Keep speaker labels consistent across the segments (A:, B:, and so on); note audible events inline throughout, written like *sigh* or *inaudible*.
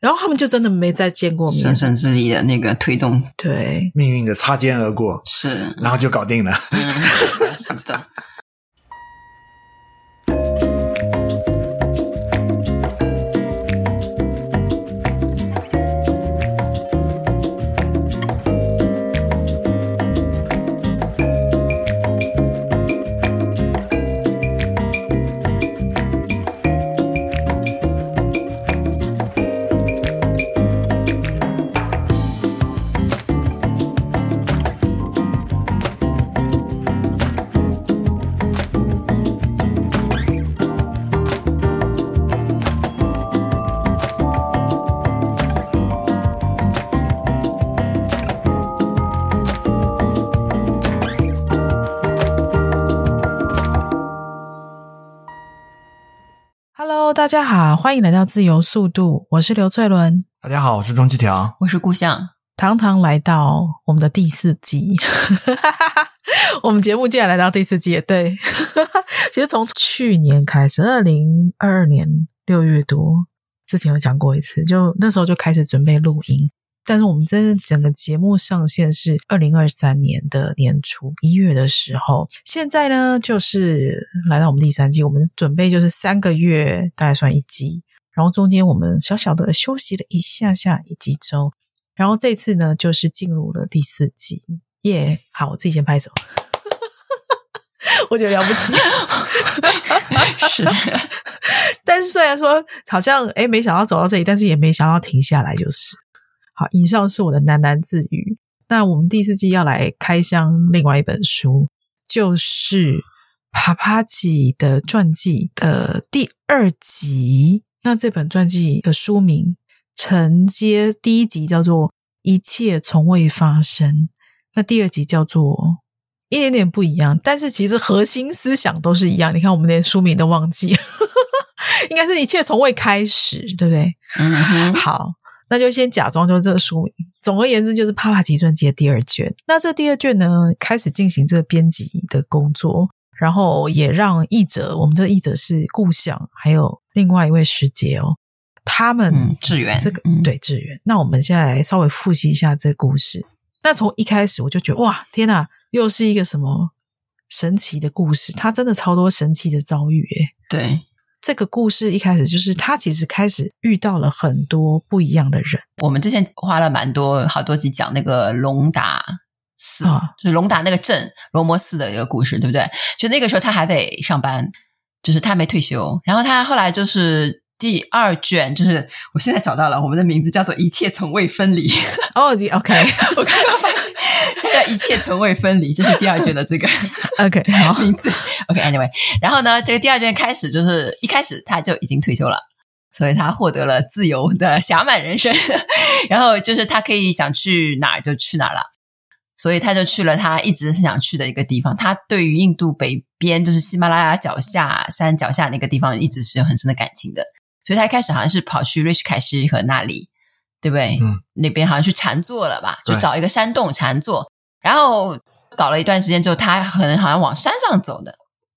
A: 然后他们就真的没再见过面
B: 神。神之力的那个推动
A: 对，
C: 命运的擦肩而过，
B: 是，
C: 然后就搞定了。 *laughs*
A: *laughs*
B: 嗯，是的，
A: Hello，大家好，欢迎来到自由速度，我是刘翠伦。
C: 大家好，我是钟七条。
B: 我是故乡，
A: 堂堂来到我们的第四集， *laughs* 我们节目竟然来到第四季也对。 *laughs* 其实从去年开始，二零二二年六月多之前有讲过一次，就那时候就开始准备录音。但是我们这整个节目上线是二零二三年的年初一月的时候，现在呢就是来到我们第三季，我们准备就是三个月大概算一季，然后中间我们小小的休息了一下下一几周，然后这次呢，就是进入了第四季，耶、好，我自己先拍手， *laughs* 我觉得了不起。 *laughs*
B: 是，
A: 但是虽然说好像诶没想到走到这里，但是也没想到停下来，就是好。以上是我的喃喃自语。那我们第四季要来开箱另外一本书，就是帕帕吉的传记的第二集。那这本传记的书名承接第一集叫做《一切从未发生》，那第二集叫做一点点不一样，但是其实核心思想都是一样。你看，我们连书名都忘记， *laughs* 应该是一切从未开始，对不对？
B: 嗯哼，
A: 好，那就先假装就是这个书名。总而言之，就是《帕帕奇传记》的第二卷。那这第二卷呢，开始进行这个编辑的工作，然后也让译者，我们这译者是故乡，还有另外一位师姐哦，他们、
B: 嗯，志远，
A: 这个
B: 嗯，
A: 对志远。那我们现在来稍微复习一下这个故事。那从一开始我就觉得哇，天哪，又是一个什么神奇的故事？他真的超多神奇的遭遇诶、
B: 对，
A: 这个故事一开始就是他其实开始遇到了很多不一样的人
B: 我们之前花了蛮多好多集讲那个龙达寺，
A: 啊，
B: 就是龙达那个镇罗摩寺的一个故事，对不对？就那个时候他还得上班，就是他没退休，然后他后来就是。第二卷就是我现在找到了，我们的名字叫做“一切从未分
A: *laughs*
B: 离”。
A: 哦、你 o *laughs* k
B: 我刚刚发现，它叫“一切从未分离”，这是第二卷的这个
A: OK，好，
B: *laughs* 名字。OK，Anyway，、然后呢，这个第二卷开始就是一开始他就已经退休了，所以他获得了自由的 *laughs* 侠满人生，然后就是他可以想去哪儿就去哪儿了，所以他就去了他一直是想去的一个地方。他对于印度北边，就是喜马拉雅脚下山脚下那个地方，一直是有很深的感情的，所以他一开始好像是跑去瑞士凯西和那里。对不对？
C: 嗯
B: 那边好像去禅坐了吧，就
C: 对
B: 找一个山洞禅坐，然后搞了一段时间之后，他可能好像往山上走的。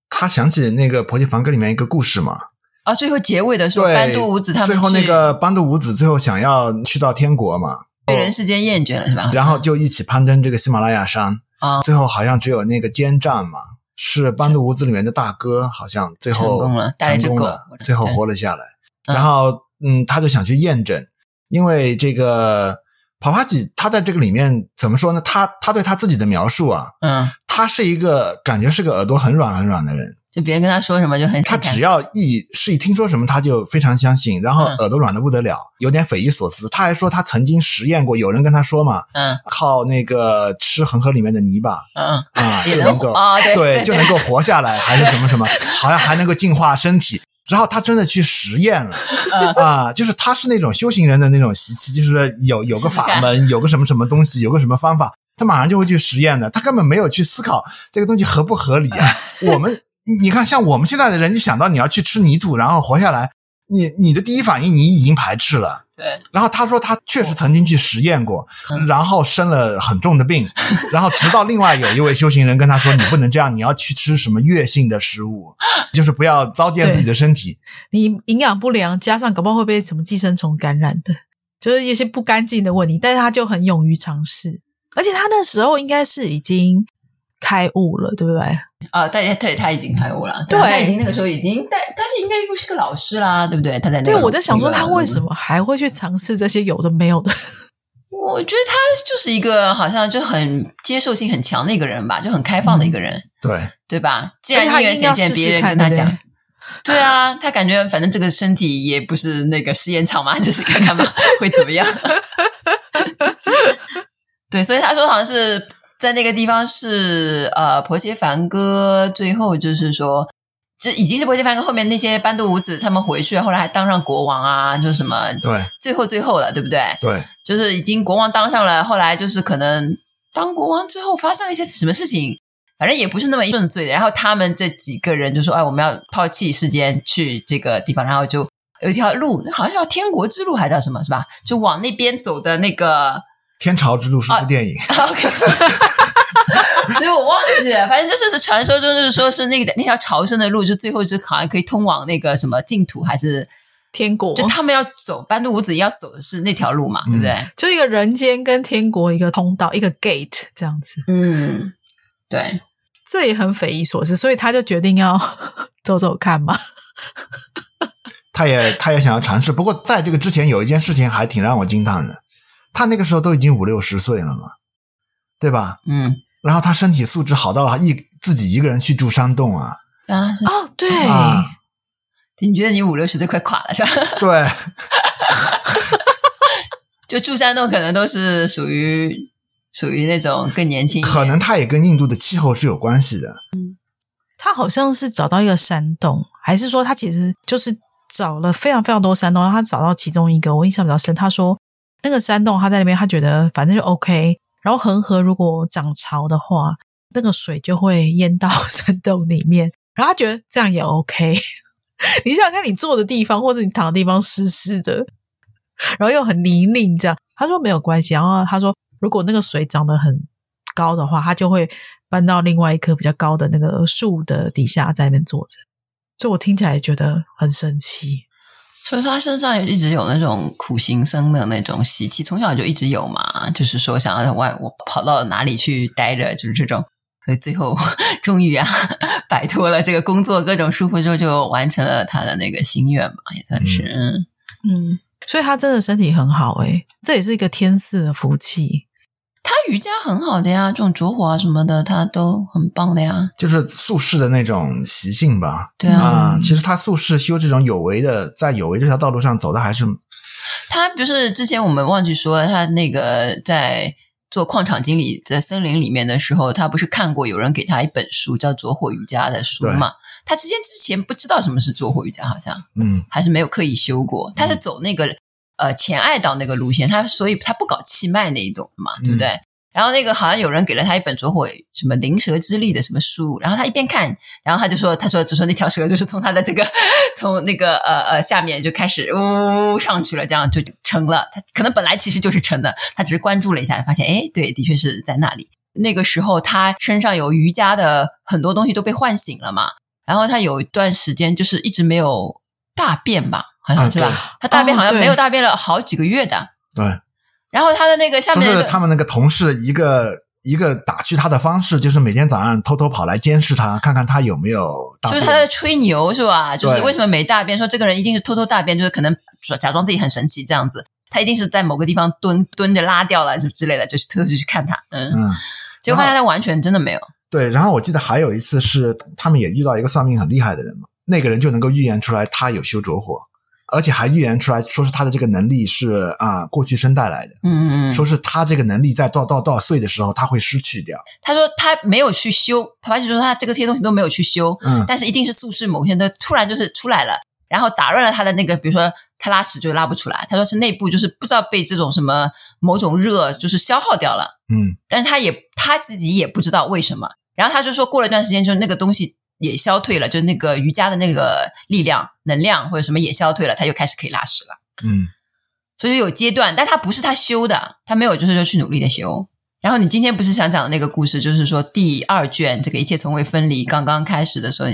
C: 他想起那个《婆媳房歌》里面一个故事嘛，
B: 哦，最后结尾的时候，
C: 对，
B: 班都五子他们
C: 最后那
B: 去
C: 个班度五子最后想要去到天国嘛，
B: 对人世间厌倦了是吧？
C: 然后就一起攀登这个喜马拉雅山，
B: 啊
C: 最后好像只有那个奸战嘛，是班度五子里面的大哥，好像最后
B: 成功了带了一只
C: 成功了
B: 狗
C: 最后
B: 对
C: 活了下来。
B: 嗯
C: 然后，嗯，他就想去验证，因为这个帕帕吉他在这个里面怎么说呢？他他对他自己的描述啊，
B: 嗯，
C: 他是一个感觉是个耳朵很软很软的人，
B: 就别人跟他说什么就很
C: 他
B: 很
C: 只要一是一听说什么，他就非常相信，然后
B: 嗯
C: 耳朵软的不得了，有点匪夷所思。他还说他曾经实验过，有人跟他说嘛，
B: 嗯
C: 靠那个吃恒河里面的泥巴
B: 嗯
C: 啊，
B: *laughs* 也
C: 就
B: 能
C: 能够
B: 哦对对对
C: 就能够活下来，还是什么什么，
B: *laughs*
C: 好像还能够净化身体。然后他真的去实验了
B: 嗯
C: 啊，就是他是那种修行人的那种习气，就是有有
B: 试
C: 个
B: 试看
C: 法门，有个什么什么东西，有个什么方法，他马上就会去实验的，他根本没有去思考这个东西合不合理
B: *laughs*
C: 啊。我们你看，像我们现在的人，一想到你要去吃泥土然后活下来，你你的第一反应你已经排斥了。
B: 对，
C: 然后他说他确实曾经去实验过，
B: 嗯
C: 然后生了很重的病，然后直到另外有一位修行人跟他说：“你不能这样，你要去吃什么月性的食物，就是不要糟践自己的身体。
A: 你营养不良，加上搞不好会被什么寄生虫感染的，”就是一些不干净的问题，但是他就很勇于尝试，而且他那时候应该是已经开悟了，对不对？
B: 啊，对对，他已经开悟了，啊
A: 对
B: 他已经那个时候已经，但但是应该又是个老师啦，对不对？他在那
A: 对，啊嗯
B: 个
A: 我在想说
B: 那个
A: 他为什么还会去尝试这些有的没有的？
B: 我觉得他就是一个好像就很接受性很强的一个人吧，就很开放的一个人，
C: 对，
B: 对吧？既
A: 而
B: 然
A: 且他
B: 意
A: 一
B: 愿
A: 定
B: 显
A: 要
B: 现，
A: 试
B: 别
A: 试
B: 人
A: 看，
B: 跟
A: 对
B: 他
A: 不对
B: 讲，
A: *laughs*
B: 对啊，他感觉反正这个身体也不是那个实验场嘛， *laughs* 就是看看嘛会怎么样。 *laughs* 对，所以他说好像是在那个地方是呃婆媳梵歌，最后就是说。就已经是婆媳梵歌后面那些班度五子他们回去，后来还当上国王啊，就是什么
C: 对，
B: 最后最后了，对不对？
C: 对，
B: 就是已经国王当上了，后来就是可能当国王之后发生了一些什么事情，反正也不是那么顺遂的。然后他们这几个人就说：“哎，我们要抛弃世间去这个地方。”然后就有一条路，好像叫天国之路，还叫什么是 *laughs* 吧？就往那边走的那个。
C: 天朝之路》是
B: 啊
C: 部电影，
B: OK，所以我忘记了，反正就是传说中就是说是那个那条朝圣的路，就最后是好像可以通往那个什么净土，还是
A: *laughs* 天国
B: 就他们要走班度五子要走的是那条路嘛，对不对？
A: 就是一个人间跟天国一个通道，一个 gate 这样子，
B: 嗯，对。
A: 这也很匪夷所思，所以他就决定要 *laughs* 走走看嘛。
C: 他也他也想要尝试。不过在这个之前，有一件事情还挺让我惊叹的，他那个时候都已经五六十岁了嘛，对吧？
B: 嗯
C: 然后他身体素质好到一自己一个人去住山洞啊，
B: 啊，
A: 哦，对，
C: 啊
B: 你觉得你五六十都快垮了是吧？ *laughs*
C: 对
B: 就住山洞可能都是属于属于那种更年轻一点，
C: 可能它也跟印度的气候是有关系的。
A: 他好像是找到一个山洞，还是说他其实就是找了非常非常多山洞，然后他找到其中一个，我印象比较深。他说那个山洞他在那边，他觉得反正就 OK。然后恒河如果涨潮的话，那个水就会淹到 *laughs* 山洞里面，然后他觉得这样也 OK。你想想看，你坐的地方或者你躺的地方湿湿的，然后又很泥泞，这样他说没有关系。然后他说，如果那个水涨得很高的话，他就会搬到另外一棵比较高的那个树的底下，在那边坐着。所以我听起来也觉得很神奇。
B: 所以说他身上也一直有那种苦行僧的那种习气，从小就一直有嘛，就是说想要在外我跑到哪里去待着，就是这种。所以最后 *laughs* 终于啊，摆脱了这个工作各种束缚之后，就完成了他的那个心愿嘛，也算是。嗯
A: 嗯，所以他真的身体很好诶、这也是一个天赐的福气。
B: 他瑜伽很好的呀，这种着火啊什么的，他都很棒的呀。
C: 就是宿世的那种习性吧，
B: 对啊，
C: 啊、
A: 嗯
C: 其实他宿世修这种有为的，在有为这条道路上走的还是
B: 他不是之前我们忘记说他那个在做矿场经理在森林里面的时候，他不是看过有人给他一本书叫《着火瑜伽》的书
C: 对
B: 嘛？他之前之前不知道什么是着火瑜伽，好像
C: 嗯，
B: 还是没有刻意修过。他是走那个、呃前爱道那个路线，他所以他不搞气脉那一种嘛，对不对？然后那个好像有人给了他一本着火什么灵蛇之力的什么书，然后他一边看，然后他就说，他说就说那条蛇就是从他的这个 *laughs* 从那个呃呃下面就开始呜、上去了，这样就成了。他可能本来其实就是成的，他只是关注了一下，发现哎，对，的确是在那里。那个时候他身上有瑜伽的很多东西都被唤醒了嘛，然后他有一段时间就是一直没有大便吧，好像
C: 啊
B: 是吧？他大便
A: 哦
B: 好像
A: 对
B: 没有大便了好几个月的。
C: 对，
B: 然后他的那个下
C: 就
B: 面那
C: 是
B: 个
C: 他们那个同事一个一个打趣他的方式，就是每天早上偷偷跑来监视他，看看他有没有大
B: 就
C: 便。
B: 是他在吹牛是吧？就是
C: 对
B: 为什么没大便？说这个人一定是偷偷大便，就是可能假假装自己很神奇这样子。他一定是在某个地方蹲蹲着拉掉了，就之类的，就是偷偷去看他。嗯，
C: 嗯，
B: 结果发现他完全真的没有。
C: 对。然后我记得还有一次是他们也遇到一个算命很厉害的人嘛，那个人就能够预言出来他有修着火，而且还预言出来说是他的这个能力是啊、过去生带来的，
B: 嗯嗯嗯。
C: 说是他这个能力在多少多少多少岁的时候他会失去掉。
B: 他说他没有去修，他就说他这个这些东西都没有去修，
C: 嗯，
B: 但是一定是宿世某些的突然就是出来了，然后打乱了他的那个，比如说他拉屎就拉不出来。他说是内部就是不知道被这种什么某种热就是消耗掉了。
C: 嗯，
B: 但是他也他自己也不知道为什么。然后他就说，过了一段时间，就是那个东西也消退了，就是那个瑜伽的那个力量、能量或者什么也消退了，他就开始可以拉屎了。
C: 嗯，
B: 所以有阶段，但他不是他修的，他没有就是说去努力的修。然后你今天不是想讲的那个故事，就是说第二卷这个一切从未分离刚刚开始的时候，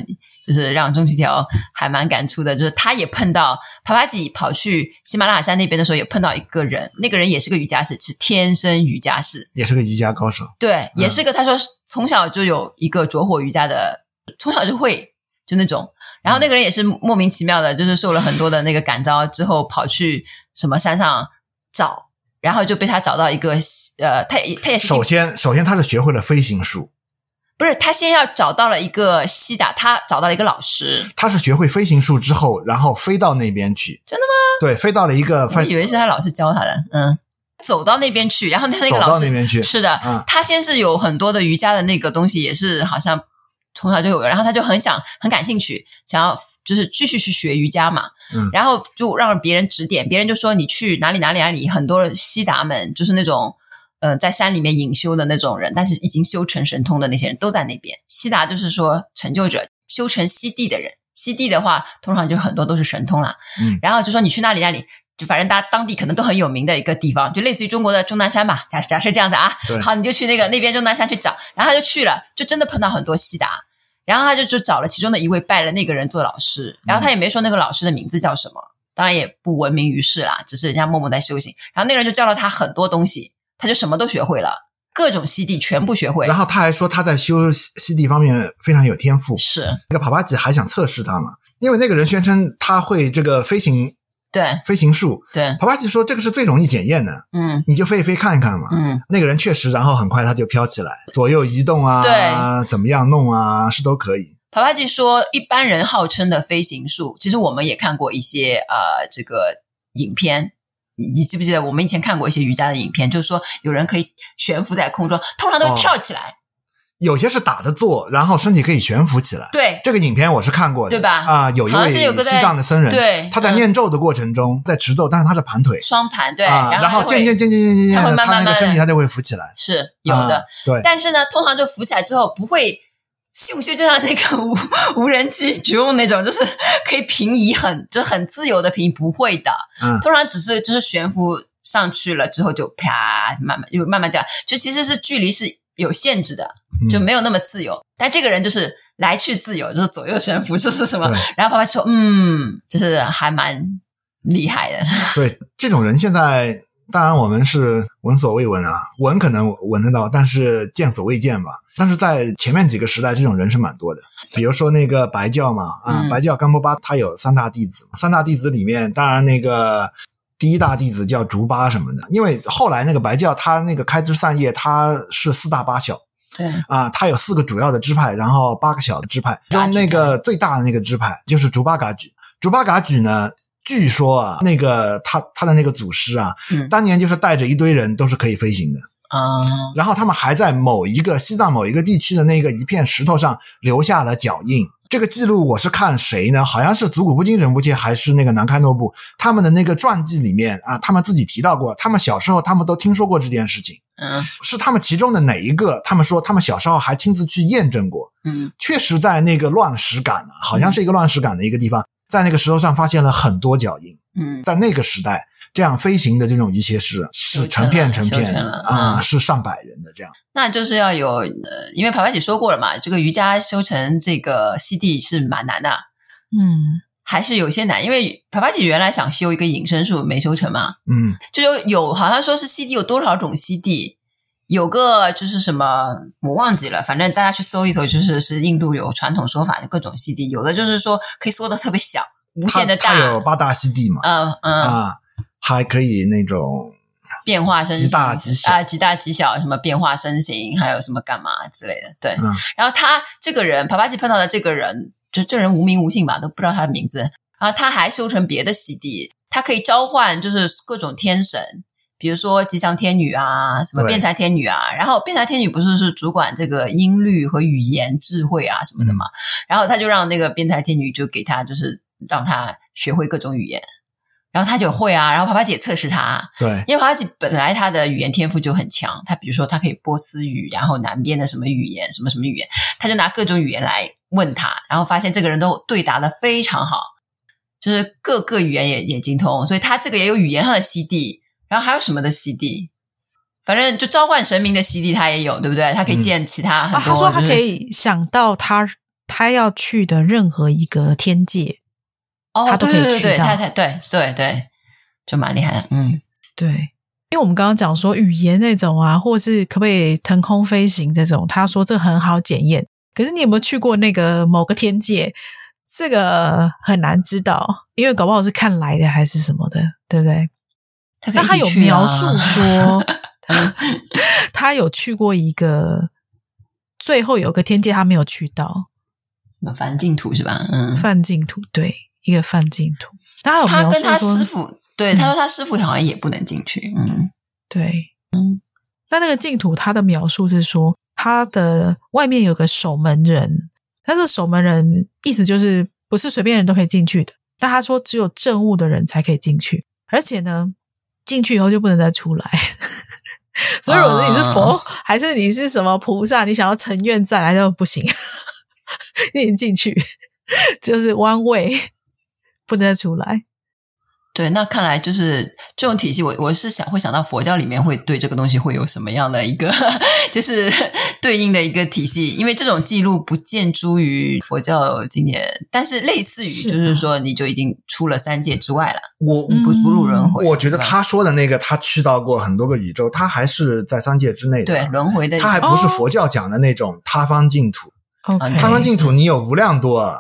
B: 就是让钟七条还蛮感触的，就是他也碰到帕帕吉跑去喜马拉雅山那边的时候，也碰到一个人，那个人也是个瑜伽士，是天生瑜伽士，
C: 也是个瑜伽高手。
B: 对，
C: 嗯
B: 也是个他说是从小就有一个着火瑜伽的，从小就会就那种。
C: 嗯
B: 然后那个人也是莫名其妙的，就是受了很多的那个感召之后，跑去什么山上找，然后就被他找到一个呃，他也他也是
C: 首先，首先他是学会了飞行术，
B: 不是他先要找到了一个西达，他找到了一个老师，
C: 他是学会飞行术之后，然后飞到那边去。
B: 真
C: 的吗？对，飞到了一个
B: 我
C: 反
B: 以为是他老师教他的，嗯，走到那边去，然后他那个
C: 走
B: 老
C: 到
B: 师
C: 那边去。
B: 是的，
C: 嗯
B: 他先是有很多的瑜伽的那个东西，也是好像从小就有，然后他就很想很感兴趣，想要就是继续去学瑜伽嘛。
C: 嗯
B: 然后就让别人指点，别人就说你去哪里哪里哪里，很多西达们就是那种。呃，在山里面隐修的那种人，但是已经修成神通的那些人都在那边。西达就是说成就者，修成西地的人。西地的话，通常就很多都是神通啦。
C: 嗯
B: 然后就说你去那里那里，就反正大当地可能都很有名的一个地方，就类似于中国的终南山吧。假假设这样子啊
C: 对，
B: 好，你就去那个那边终南山去找。然后他就去了，就真的碰到很多西达。然后他就就找了其中的一位拜了那个人做老师，然后他也没说那个老师的名字叫什么，当然也不闻名于世啦，只是人家默默在修行。然后那个人就教了他很多东西，他就什么都学会了，各种西地全部学会
C: 然。后他还说他在修西西地方面非常有天赋。
B: 是
C: 那个帕帕吉还想测试他嘛，因为那个人宣称他会这个飞行
B: 对
C: 飞行术。
B: 对，
C: 帕帕吉说这个是最容易检验的，
B: 嗯
C: 你就飞一飞看一看嘛。
B: 嗯，
C: 那个人确实，然后很快他就飘起来，左右移动啊，
B: 对，
C: 怎么样弄啊，是都可以。
B: 帕帕吉说，一般人号称的飞行术，其实我们也看过一些呃这个影片。你你记不记得我们以前看过一些瑜伽的影片？就是说有人可以悬浮在空中，通常都是
C: 哦
B: 跳起来，
C: 有些是打着坐，然后身体可以悬浮起来。
B: 对
C: 这个影片我是看过的，
B: 对吧
C: 啊、有一
B: 好
C: 位
B: 像是有个在
C: 西藏的僧人，
B: 对
C: 他在
B: 嗯
C: 念咒的过程中在持咒，但是他是盘腿，
B: 双盘对，
C: 啊，然
B: 后
C: 后
B: 他就会
C: 渐渐渐渐渐渐渐
B: 他会
C: 地，
B: 慢
C: 他
B: 慢
C: 那
B: 慢
C: 个身体
B: 慢
C: 他就会浮起来，
B: 是有的。
C: 啊对。
B: 但是呢，通常就浮起来之后不会咻咻，就像那个无无人机 drone 那种，就是可以平移很就很自由的平移，不会的。
C: 嗯
B: 通常只是就是悬浮上去了之后就啪慢慢就慢慢掉，就其实是距离是有限制的，
C: 嗯
B: 就没有那么自由。但这个人就是。来去自由，就是左右悬浮，这是什么
C: 对？
B: 然后爸爸说：“嗯，就是还蛮厉害的。
C: 对，这种人现在当然我们是闻所未闻啊，闻可能闻得到，但是见所未见吧。但是在前面几个时代，这种人是蛮多的。比如说那个白教嘛，啊，
B: 嗯
C: 白教甘波巴他有三大弟子，三大弟子里面，当然那个第一大弟子叫竹巴什么的，因为后来那个白教他那个开枝散叶，他是四大八小。”
B: *laughs* 对，
C: 啊，它有四个主要的支派，然后八个小的支派，
B: 嘎
C: 中
B: 举
C: 那个最大的那个支派就是竹巴嘎举。竹巴嘎举呢，据说啊，那个他他的那个祖师啊，
B: 嗯
C: 当年就是带着一堆人都是可以飞行的，
B: 啊、
C: 然后他们还在某一个西藏某一个地区的那个一片石头上留下了脚印。这个记录我是看谁呢？好像是祖古布金仁波切还是那个南开诺布他们的那个传记里面啊，他们自己提到过，他们小时候他们都听说过这件事情。
B: 嗯
C: 是他们其中的哪一个？他们说他们小时候还亲自去验证过，
B: 嗯，
C: 确实在那个乱石岗，好像是一个乱石岗的一个地方，在那个石头上发现了很多脚印。
B: 嗯，
C: 在那个时代，这样飞行的这种鱼切是是
B: 修成
C: 成
B: 了
C: 片成
B: 修
C: 片
B: 成了
C: 啊、
B: 嗯
C: 是上百人的这样。
B: 那就是要有呃，因为排排姐说过了嘛，这个瑜伽修成这个西地是蛮难的，
A: 嗯，
B: 还是有些难。因为排排姐原来想修一个隐身术没修成嘛，
C: 嗯，
B: 就有有好像说是西地有多少种西地，有个就是什么我忘记了，反正大家去搜一搜，就是是印度有传统说法的各种西地，有的就是说可以缩的特别小，无限的
C: 它它有
B: 大，
C: 八大西地嘛、
B: 嗯嗯，
C: 啊，还可以那种
B: 变化身形
C: 极大极小
B: 啊，极大极小，什么变化身形，还有什么干嘛之类的，对，
C: 嗯
B: 然后他这个人，帕帕吉碰到的这个人，就这人无名无姓吧，都不知道他的名字。然后他还修成别的西地，他可以召唤就是各种天神，比如说吉祥天女啊，什么
C: 对
B: 辩才天女啊。然后辩才天女不是是主管这个音律和语言智慧啊什么
C: 嗯
B: 的嘛。然后他就让那个辩才天女就给他就是让他学会各种语言，然后他就会啊。然后帕帕姐测试他，
C: 对
B: 因为华姐本来她的语言天赋就很强，她比如说她可以波斯语，然后南边的什么语言，什么什么语言，她就拿各种语言来问他，然后发现这个人都对答的非常好，就是各个语言也也精通，所以他这个也有语言上的西地，然后还有什么的西地，反正就召唤神明的洗礼他也有，对不对？他可以见其他
A: 啊，
B: 很
A: 他
B: 多、
A: 说他
B: 就
A: 可
B: 是
A: 以想到他他要去的任何一个天界，
B: 哦，
A: 他都
B: 对
A: 可以
B: 对对
A: 去
B: 对，
A: 到
B: 他他对对对，就蛮厉害的，嗯，
A: 对。因为我们刚刚讲说语言那种啊，或是可不可以腾空飞行这种，他说这很好检验。可是你有没有去过那个某个天界？这个很难知道，因为搞不好是看来的还是什么的，对不对？
B: 他可以
A: 那他
B: 一
A: 有
B: 起去
A: 描
B: 啊
A: 述说，他有去过一个，最后有个天界他没有去到，
B: 梵净土是吧？嗯，
A: 范净土，对，一个范净土。他有
B: 他
A: 描
B: 跟
A: 述
B: 他
A: 说，嗯
B: 师傅，对，他说他师傅好像也不能进去，嗯，
A: 对，那那个净土他的描述是说，他的外面有个守门人，但是守门人意思就是不是随便人都可以进去的。那他说只有政务的人才可以进去，而且呢，进去以后就不能再出来。 *laughs* 所以我说你是佛、还是你是什么菩萨？你想要成愿再来都不行， *laughs* 你进去就是 one way，不能再出来。
B: 对，那看来就是这种体系我，我是想会想到佛教里面会对这个东西会有什么样的一个， *laughs* 就是对应的一个体系，因为这种记录不见诸于佛教经典，但是类似于
A: 是
B: 就是
A: 啊
B: 说你就已经出了三界之外了，
C: 我
A: 嗯
B: 不不入轮回。
C: 我觉得
B: 是吧
C: 他说的那个，他去到过很多个宇宙，他还是在三界之内的。
B: 对轮回的
C: 他还不是佛教讲的那种他方净土。
A: OK，
C: 他
B: 刚
C: 方
B: 刚
C: 净土你有无量多啊，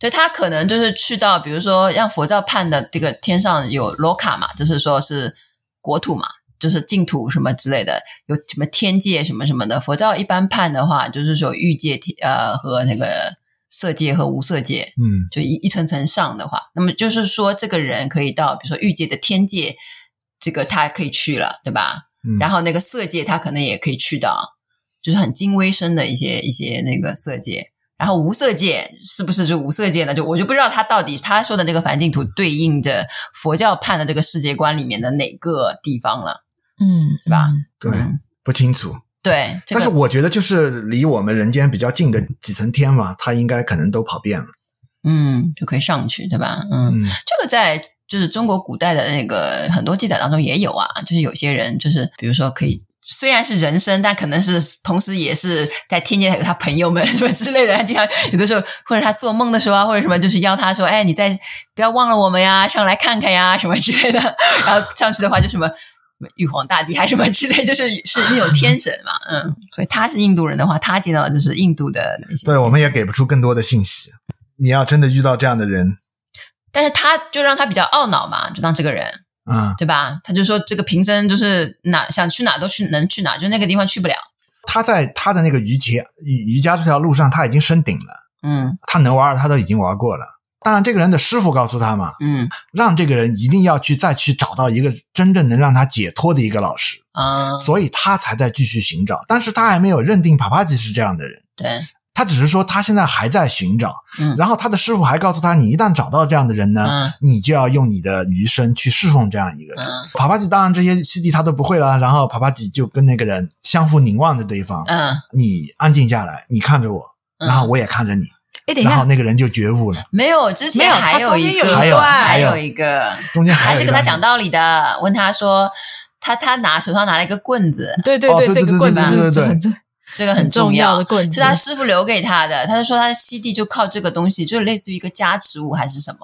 B: 对他可能就是去到，比如说让佛教判的这个天上有 loka 嘛，就是说是国土嘛，就是净土什么之类的，有什么天界什么什么的。佛教一般判的话，就是说欲界天呃和那个色界和无色界，
C: 嗯，
B: 就一一层层上的话，那么就是说这个人可以到，比如说欲界的天界，这个他可以去了，对吧？
C: 嗯
B: 然后那个色界他可能也可以去到，就是很精微深的一些一些那个色界。然后无色界是不是就无色界呢？就我就不知道他到底他说的那个梵净土对应着佛教判的这个世界观里面的哪个地方了，
A: 嗯，
B: 是吧？
C: 对，
B: 嗯
C: 不清楚。
B: 对，这
C: 但
B: 个
C: 是我觉得就是离我们人间比较近的几层天嘛，他应该可能都跑遍了。
B: 嗯就可以上去，对吧？嗯，
C: 嗯，
B: 这个在就是中国古代的那个很多记载当中也有啊，就是有些人就是比如说可以。虽然是人生，但可能是同时也是在天界有他朋友们 *laughs* 什么之类的。他经常有的时候，或者他做梦的时候啊，或者什么，就是邀他说：“哎，你在不要忘了我们呀，上来看看呀，什么之类的。” *laughs* 然后上去的话就什么什么玉皇大帝还是什么之类，就是是那种天神嘛，嗯。所以他是印度人的话，他见到的就是印度的那些。
C: 对，我们也给不出更多的信息。你要真的遇到这样的人，
B: 但是他就让他比较懊恼嘛，就当这个人，
C: 啊、
B: 对吧？他就说这个平生就是哪想去哪都去能去哪，就那个地方去不了。
C: 他在他的那个瑜伽瑜瑜伽这条路上，他已经升顶了，
B: 嗯
C: 他能玩儿他都已经玩过了。当然，这个人的师傅告诉他嘛，
B: 嗯
C: 让这个人一定要去再去找到一个真正能让他解脱的一个老师，
B: 啊，
C: 所以他才在继续寻找。但是他还没有认定帕帕吉是这样的人，
B: 对，
C: 他只是说他现在还在寻找。
B: 嗯
C: 然后他的师傅还告诉他，你一旦找到这样的人呢，
B: 嗯
C: 你就要用你的余生去侍奉这样一个人。
B: 嗯
C: 帕帕吉当然这些西地他都不会了，然后帕帕吉就跟那个人相互凝望着对方，
B: 嗯，
C: 你安静下来，你看着我，
B: 嗯
C: 然后我也看着你，
A: 哎，等一
C: 然
A: 下
C: 后，那个人就觉悟
B: *laughs*
C: 了。
B: 没有之
A: 没
B: 前
A: 有
B: 还
A: 他中间
B: 一
A: 有
B: 个，
A: 一
C: 还有段还
B: 还
C: 有
B: 有一个，
C: 中间还
B: 还
C: 有
B: 是
C: 一
B: 跟
C: 个
B: 他讲道理的，问他说。他他拿手上拿了一个棍子，
A: 对对
C: 哦对
A: 这
C: 对
A: 个
C: 对
A: 棍
C: 对
A: 子
C: 对
A: 是
C: 对
A: 很
B: 这个
A: 很
B: 重
A: 重要的棍子
B: 是他师傅留给他的。他就说他的西地就靠这个东西，就是类似于一个加持物还是什么。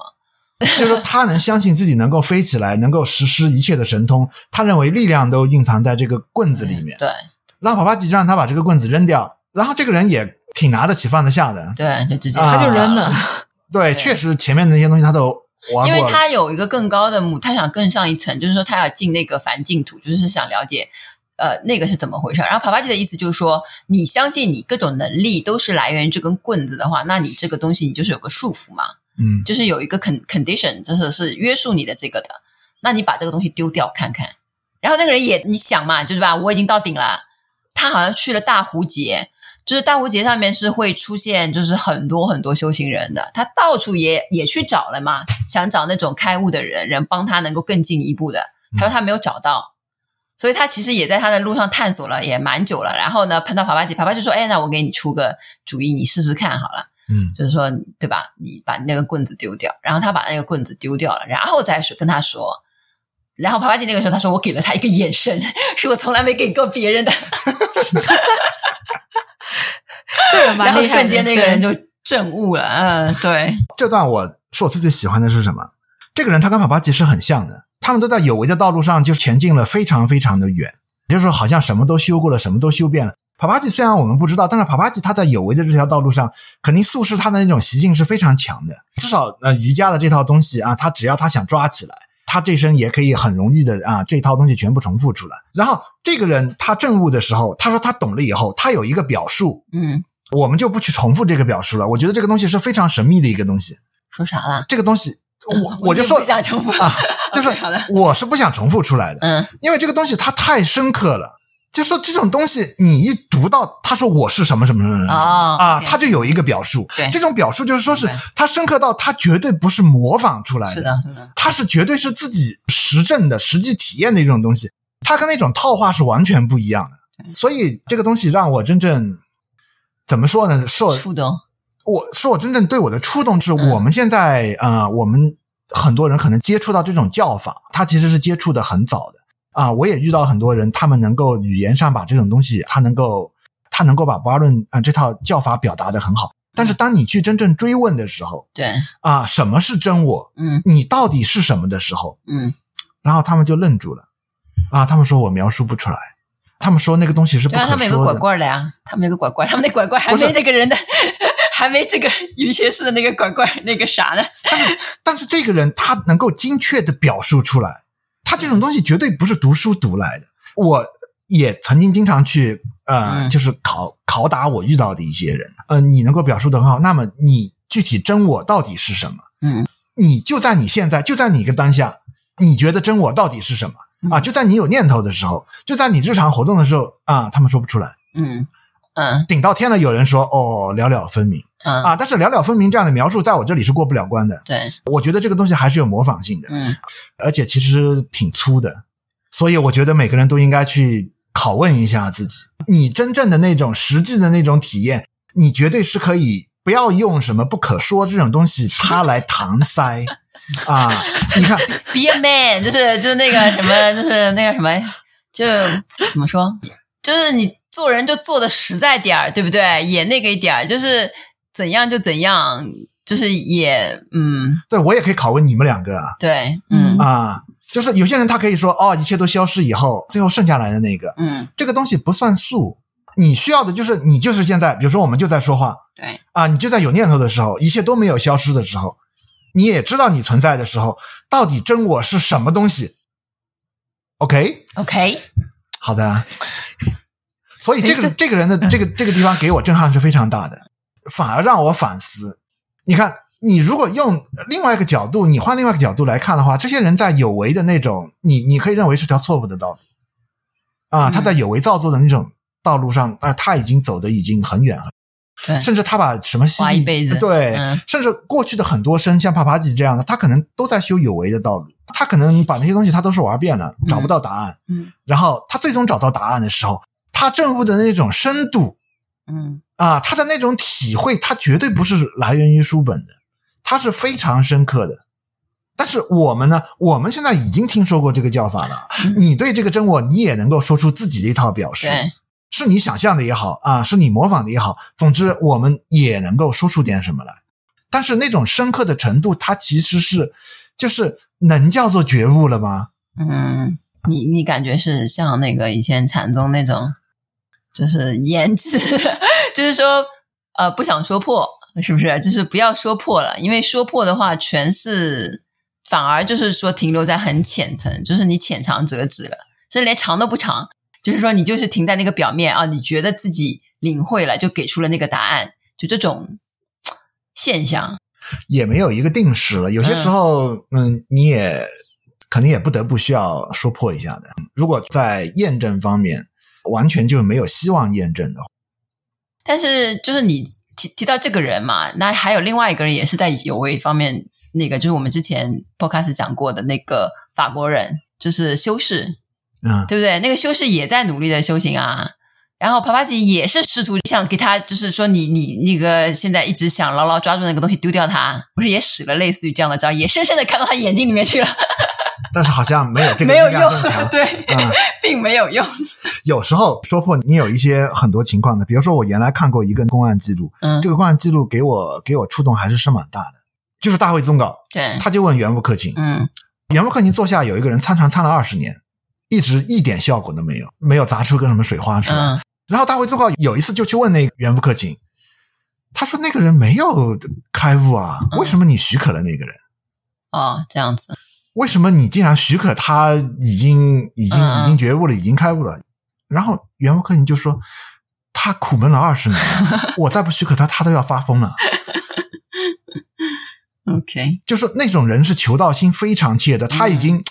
C: 就是说他能相信自己能够飞起来，能够实施一切的神通。他认为力量都蕴藏在这个棍子里面。
B: 嗯对
C: 然后帕帕吉就让他把这个棍子扔掉，然后这个人也挺拿得起放得下的。
B: 对，就直接
C: 啊
A: 他就扔 *laughs* 了。
B: 对
C: 对，确实前面那些东西他都玩
B: 因为
C: 过了。
B: 他有一个更高的目，他想更上一层，就是说他要进那个梵净土，就是想了解。呃，那个是怎么回事？然后帕帕基的意思就是说，你相信你各种能力都是来源于这根棍子的话，那你这个东西你就是有个束缚嘛，
C: 嗯，
B: 就是有一个 con condition，就是是约束你的这个的。那你把这个东西丢掉看看。然后那个人也，你想嘛，就是吧，我已经到顶了。他好像去了大湖节，就是大湖节上面是会出现就是很多很多修行人的，他到处也也去找了嘛，想找那种开悟的人，人帮他能够更进一步的。他说他没有找到。所以他其实也在他的路上探索了，也蛮久了。然后呢，碰到帕帕吉，帕帕就说：“哎，那我给你出个主意，你试试看好了。”
C: 嗯，
B: 就是说，对吧？你把那个棍子丢掉，然后他把那个棍子丢掉了，然后再说跟他说，然后帕帕基那个时候他说我给了他一个眼神，是我从来没给过别人的，
A: 这个蛮
B: 然后
A: 厉害的
B: 瞬间那个人就证悟了，嗯，对，
C: 这段我说我最最喜欢的是什么？这个人他跟帕帕奇是很像的，他们都在有为的道路上就前进了非常非常的远，也就是说好像什么都修过了，什么都修遍了。帕帕奇虽然我们不知道，但是帕帕奇他在有为的这条道路上，肯定素食他的那种习性是非常强的。至少呃瑜伽的这套东西啊，他只要他想抓起来，他这身也可以很容易的啊这套东西全部重复出来。然后这个人他证悟的时候，他说他懂了以后，他有一个表述，
B: 嗯，
C: 我们就不去重复这个表述了。我觉得这个东西是非常神秘的一个东西。
B: 说啥啦？
C: 这个东西，
B: *laughs*
C: 我
B: 我
C: 就说
B: 不想重复 *laughs*
C: 啊，就是
B: OK，好的
C: 我是不想重复出来的，
B: 嗯
C: 因为这个东西它太深刻了。就说这种东西，你一读到他说我是什么什么什么什么
B: 哦
C: 啊，
B: OK
C: 他就有一个表述
B: 对。
C: 这种表述就是说是
B: 明白
C: 他深刻到他绝对不是模仿出来
B: 是的，是的，
C: 他是绝对是自己实证的、实际体验的一种东西，它跟那种套话是完全不一样的。所以这个东西让我真正怎么说呢？受
B: 触动，
C: 我是我真正对我的触动是，
B: 嗯
C: 我们现在啊、呃我们很多人可能接触到这种叫法，他其实是接触的很早的啊、我也遇到很多人，他们能够语言上把这种东西，他能够他能够把巴论啊、呃这套叫法表达的很好。但是当你去真正追问的时候
B: 对，
C: 啊、什么是真我？
B: 嗯
C: 你到底是什么的时候，
B: 嗯，
C: 然后他们就愣住了啊！他们说我描述不出来，他们说那个东西是不
B: 对
C: 可
B: 啊，
C: 说
B: 他
C: 的。
B: 们有个拐棍的呀，他们有个拐棍，他们那拐棍还
C: 不是
B: 没那个人的，还没这个于学士的那个拐棍那个啥呢？
C: 但是这个人他能够精确的表述出来，他这种东西绝对不是读书读来的。我也曾经经常去呃，
B: 嗯
C: 就是拷拷打我遇到的一些人，呃，你能够表述的很好，那么你具体真我到底是什么？
B: 嗯，
C: 你就在你现在，就在你一个当下，你觉得真我到底是什么
B: 嗯
C: 啊？就在你有念头的时候，就在你日常活动的时候啊，他们说不出来。
B: 嗯嗯
C: 顶到天了，有人说哦，了了分明
B: 嗯，
C: 啊，但是了了分明这样的描述，在我这里是过不了关的。
B: 对，
C: 我觉得这个东西还是有模仿性的。
B: 嗯
C: 而且其实挺粗的，所以我觉得每个人都应该去拷问一下自己，你真正的那种实际的那种体验，你绝对是可以不要用什么不可说这种东西它来搪塞啊！你看，
B: ，Be a man，就是就是那个什么，就是那个什么，就怎么说，就是你做人就做的实在点儿，对不对？也那个一点儿，就是怎样就怎样，就是也嗯，
C: 对我也可以拷问你们两个啊
B: 对，
A: 嗯
B: 嗯
C: 啊，就是有些人他可以说哦，一切都消失以后，最后剩下来的那个，
B: 嗯，
C: 这个东西不算数。你需要的就是你就是现在，比如说我们就在说话，
B: 对，
C: 啊，你就在有念头的时候，一切都没有消失的时候，你也知道你存在的时候，到底真我是什么东西？OK，
B: OK，
C: 好
B: *laughs*
C: 的啊。所以这个
A: 哎这
C: 这个人
B: 嗯
C: 的这个这个地方给我震撼是非常大的，反而让我反思。你看，你如果用另外一个角度，你换另外一个角度来看的话，这些人在有为的那种，你你可以认为是条错误的道路啊，
B: 嗯
C: 他在有为造作的那种道路上啊，他已经走的已经很远了。
B: 对，
C: 甚至他把什么西
B: 花
C: 地
B: 一辈子
C: 对，
B: 嗯
C: 甚至过去的很多生像帕帕吉这样的，他可能都在修有为的道路，他可能把那些东西他都是玩遍了，找不到答案，
B: 嗯
C: 然后他最终找到答案的时候，他证悟的那种深度
B: 嗯
C: 啊，他的那种体会，他绝对不是来源于书本的，他是非常深刻的。但是我们呢，我们现在已经听说过这个叫法了，
B: 嗯
C: 你对这个真我，你也能够说出自己的一套表述。
B: 对，
C: 是你想象的也好啊，是你模仿的也好，总之我们也能够说出点什么来。但是那种深刻的程度，它其实是就是能叫做觉悟了吗？
B: 嗯，你你感觉是像那个以前禅宗那种，就是言之， *laughs* 就是说呃不想说破，是不是？就是不要说破了，因为说破的话，全是反而就是说停留在很浅层，就是你浅尝辄止了，甚至连尝都不尝，就是说你就是停在那个表面啊，你觉得自己领会了，就给出了那个答案，就这种现象，
C: 也没有一个定式了。有些时候，嗯，你也肯定也不得不需要说破一下的。如果在验证方面完全就没有希望验证的话，
B: 但是就是你提提到这个人嘛，那还有另外一个人也是在有为方面，那个就是我们之前 podcast 讲过的那个法国人，就是修士，
C: 嗯，
B: 对不对？那个修士也在努力的修行啊。然后帕帕吉也是试图想给他，就是说你你那个现在一直想牢 *laughs* 牢抓住那个东西丢掉它，不是也使了类似于这样的招，也深深的看到他眼睛里面去了。
C: 但是好像没有这个
B: *laughs* 没有
C: 力量
B: 用
C: 更强，。
B: 对，
C: 嗯
B: *laughs* 并没有用。
C: 有时候说破你有一些很多情况的，比如说我原来看过一个公案记录，
B: 嗯
C: 这，个公案记录给我给我触动还是是蛮大的，就是大会宗稿，
B: 对，
C: 他就问袁不克勤，
B: 嗯
C: 袁不克勤座下有一个人参禅参了二十年，一直一点效果都没有，没有砸出个什么水花出来。
B: 嗯
C: 然后大会宗稿有一次就去问那个袁不克勤，他说那个人没有开悟啊，
B: 嗯
C: 为什么你许可了那个人？
B: 哦，这样子，
C: 为什么你竟然许可他已经已经
B: 嗯嗯
C: 已经觉悟了，已经开悟了？然后袁文克勤就说，他苦闷了二十年，
B: *laughs*
C: 我再不许可他，他都要发疯了。
B: OK，
C: 就说那种人是求道心非常切的，
B: 嗯
C: 他已经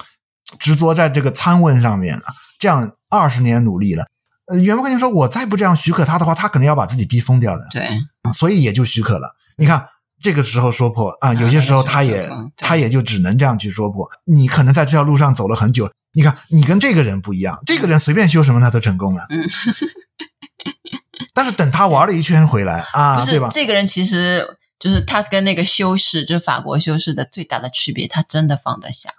C: 执着在这个参问上面了，这样二十年努力了。呃，袁文克勤说，我再不这样许可他的话，他肯定要把自己逼疯掉的。
B: 对，
C: 所以也就许可了。你看这个时候说破啊，有些时候他也、
B: 嗯对
C: 他也就只能这样去说破。你可能在这条路上走了很久，你看你跟这个人不一样，这个人随便修什么他都成功了。
B: 嗯
C: 但是等他玩了一圈回来啊，
B: 不
C: 对
B: 是
C: 吧？
B: 这个人其实就是他跟那个修士，就是法国修士的最大的区别，他真的放得下。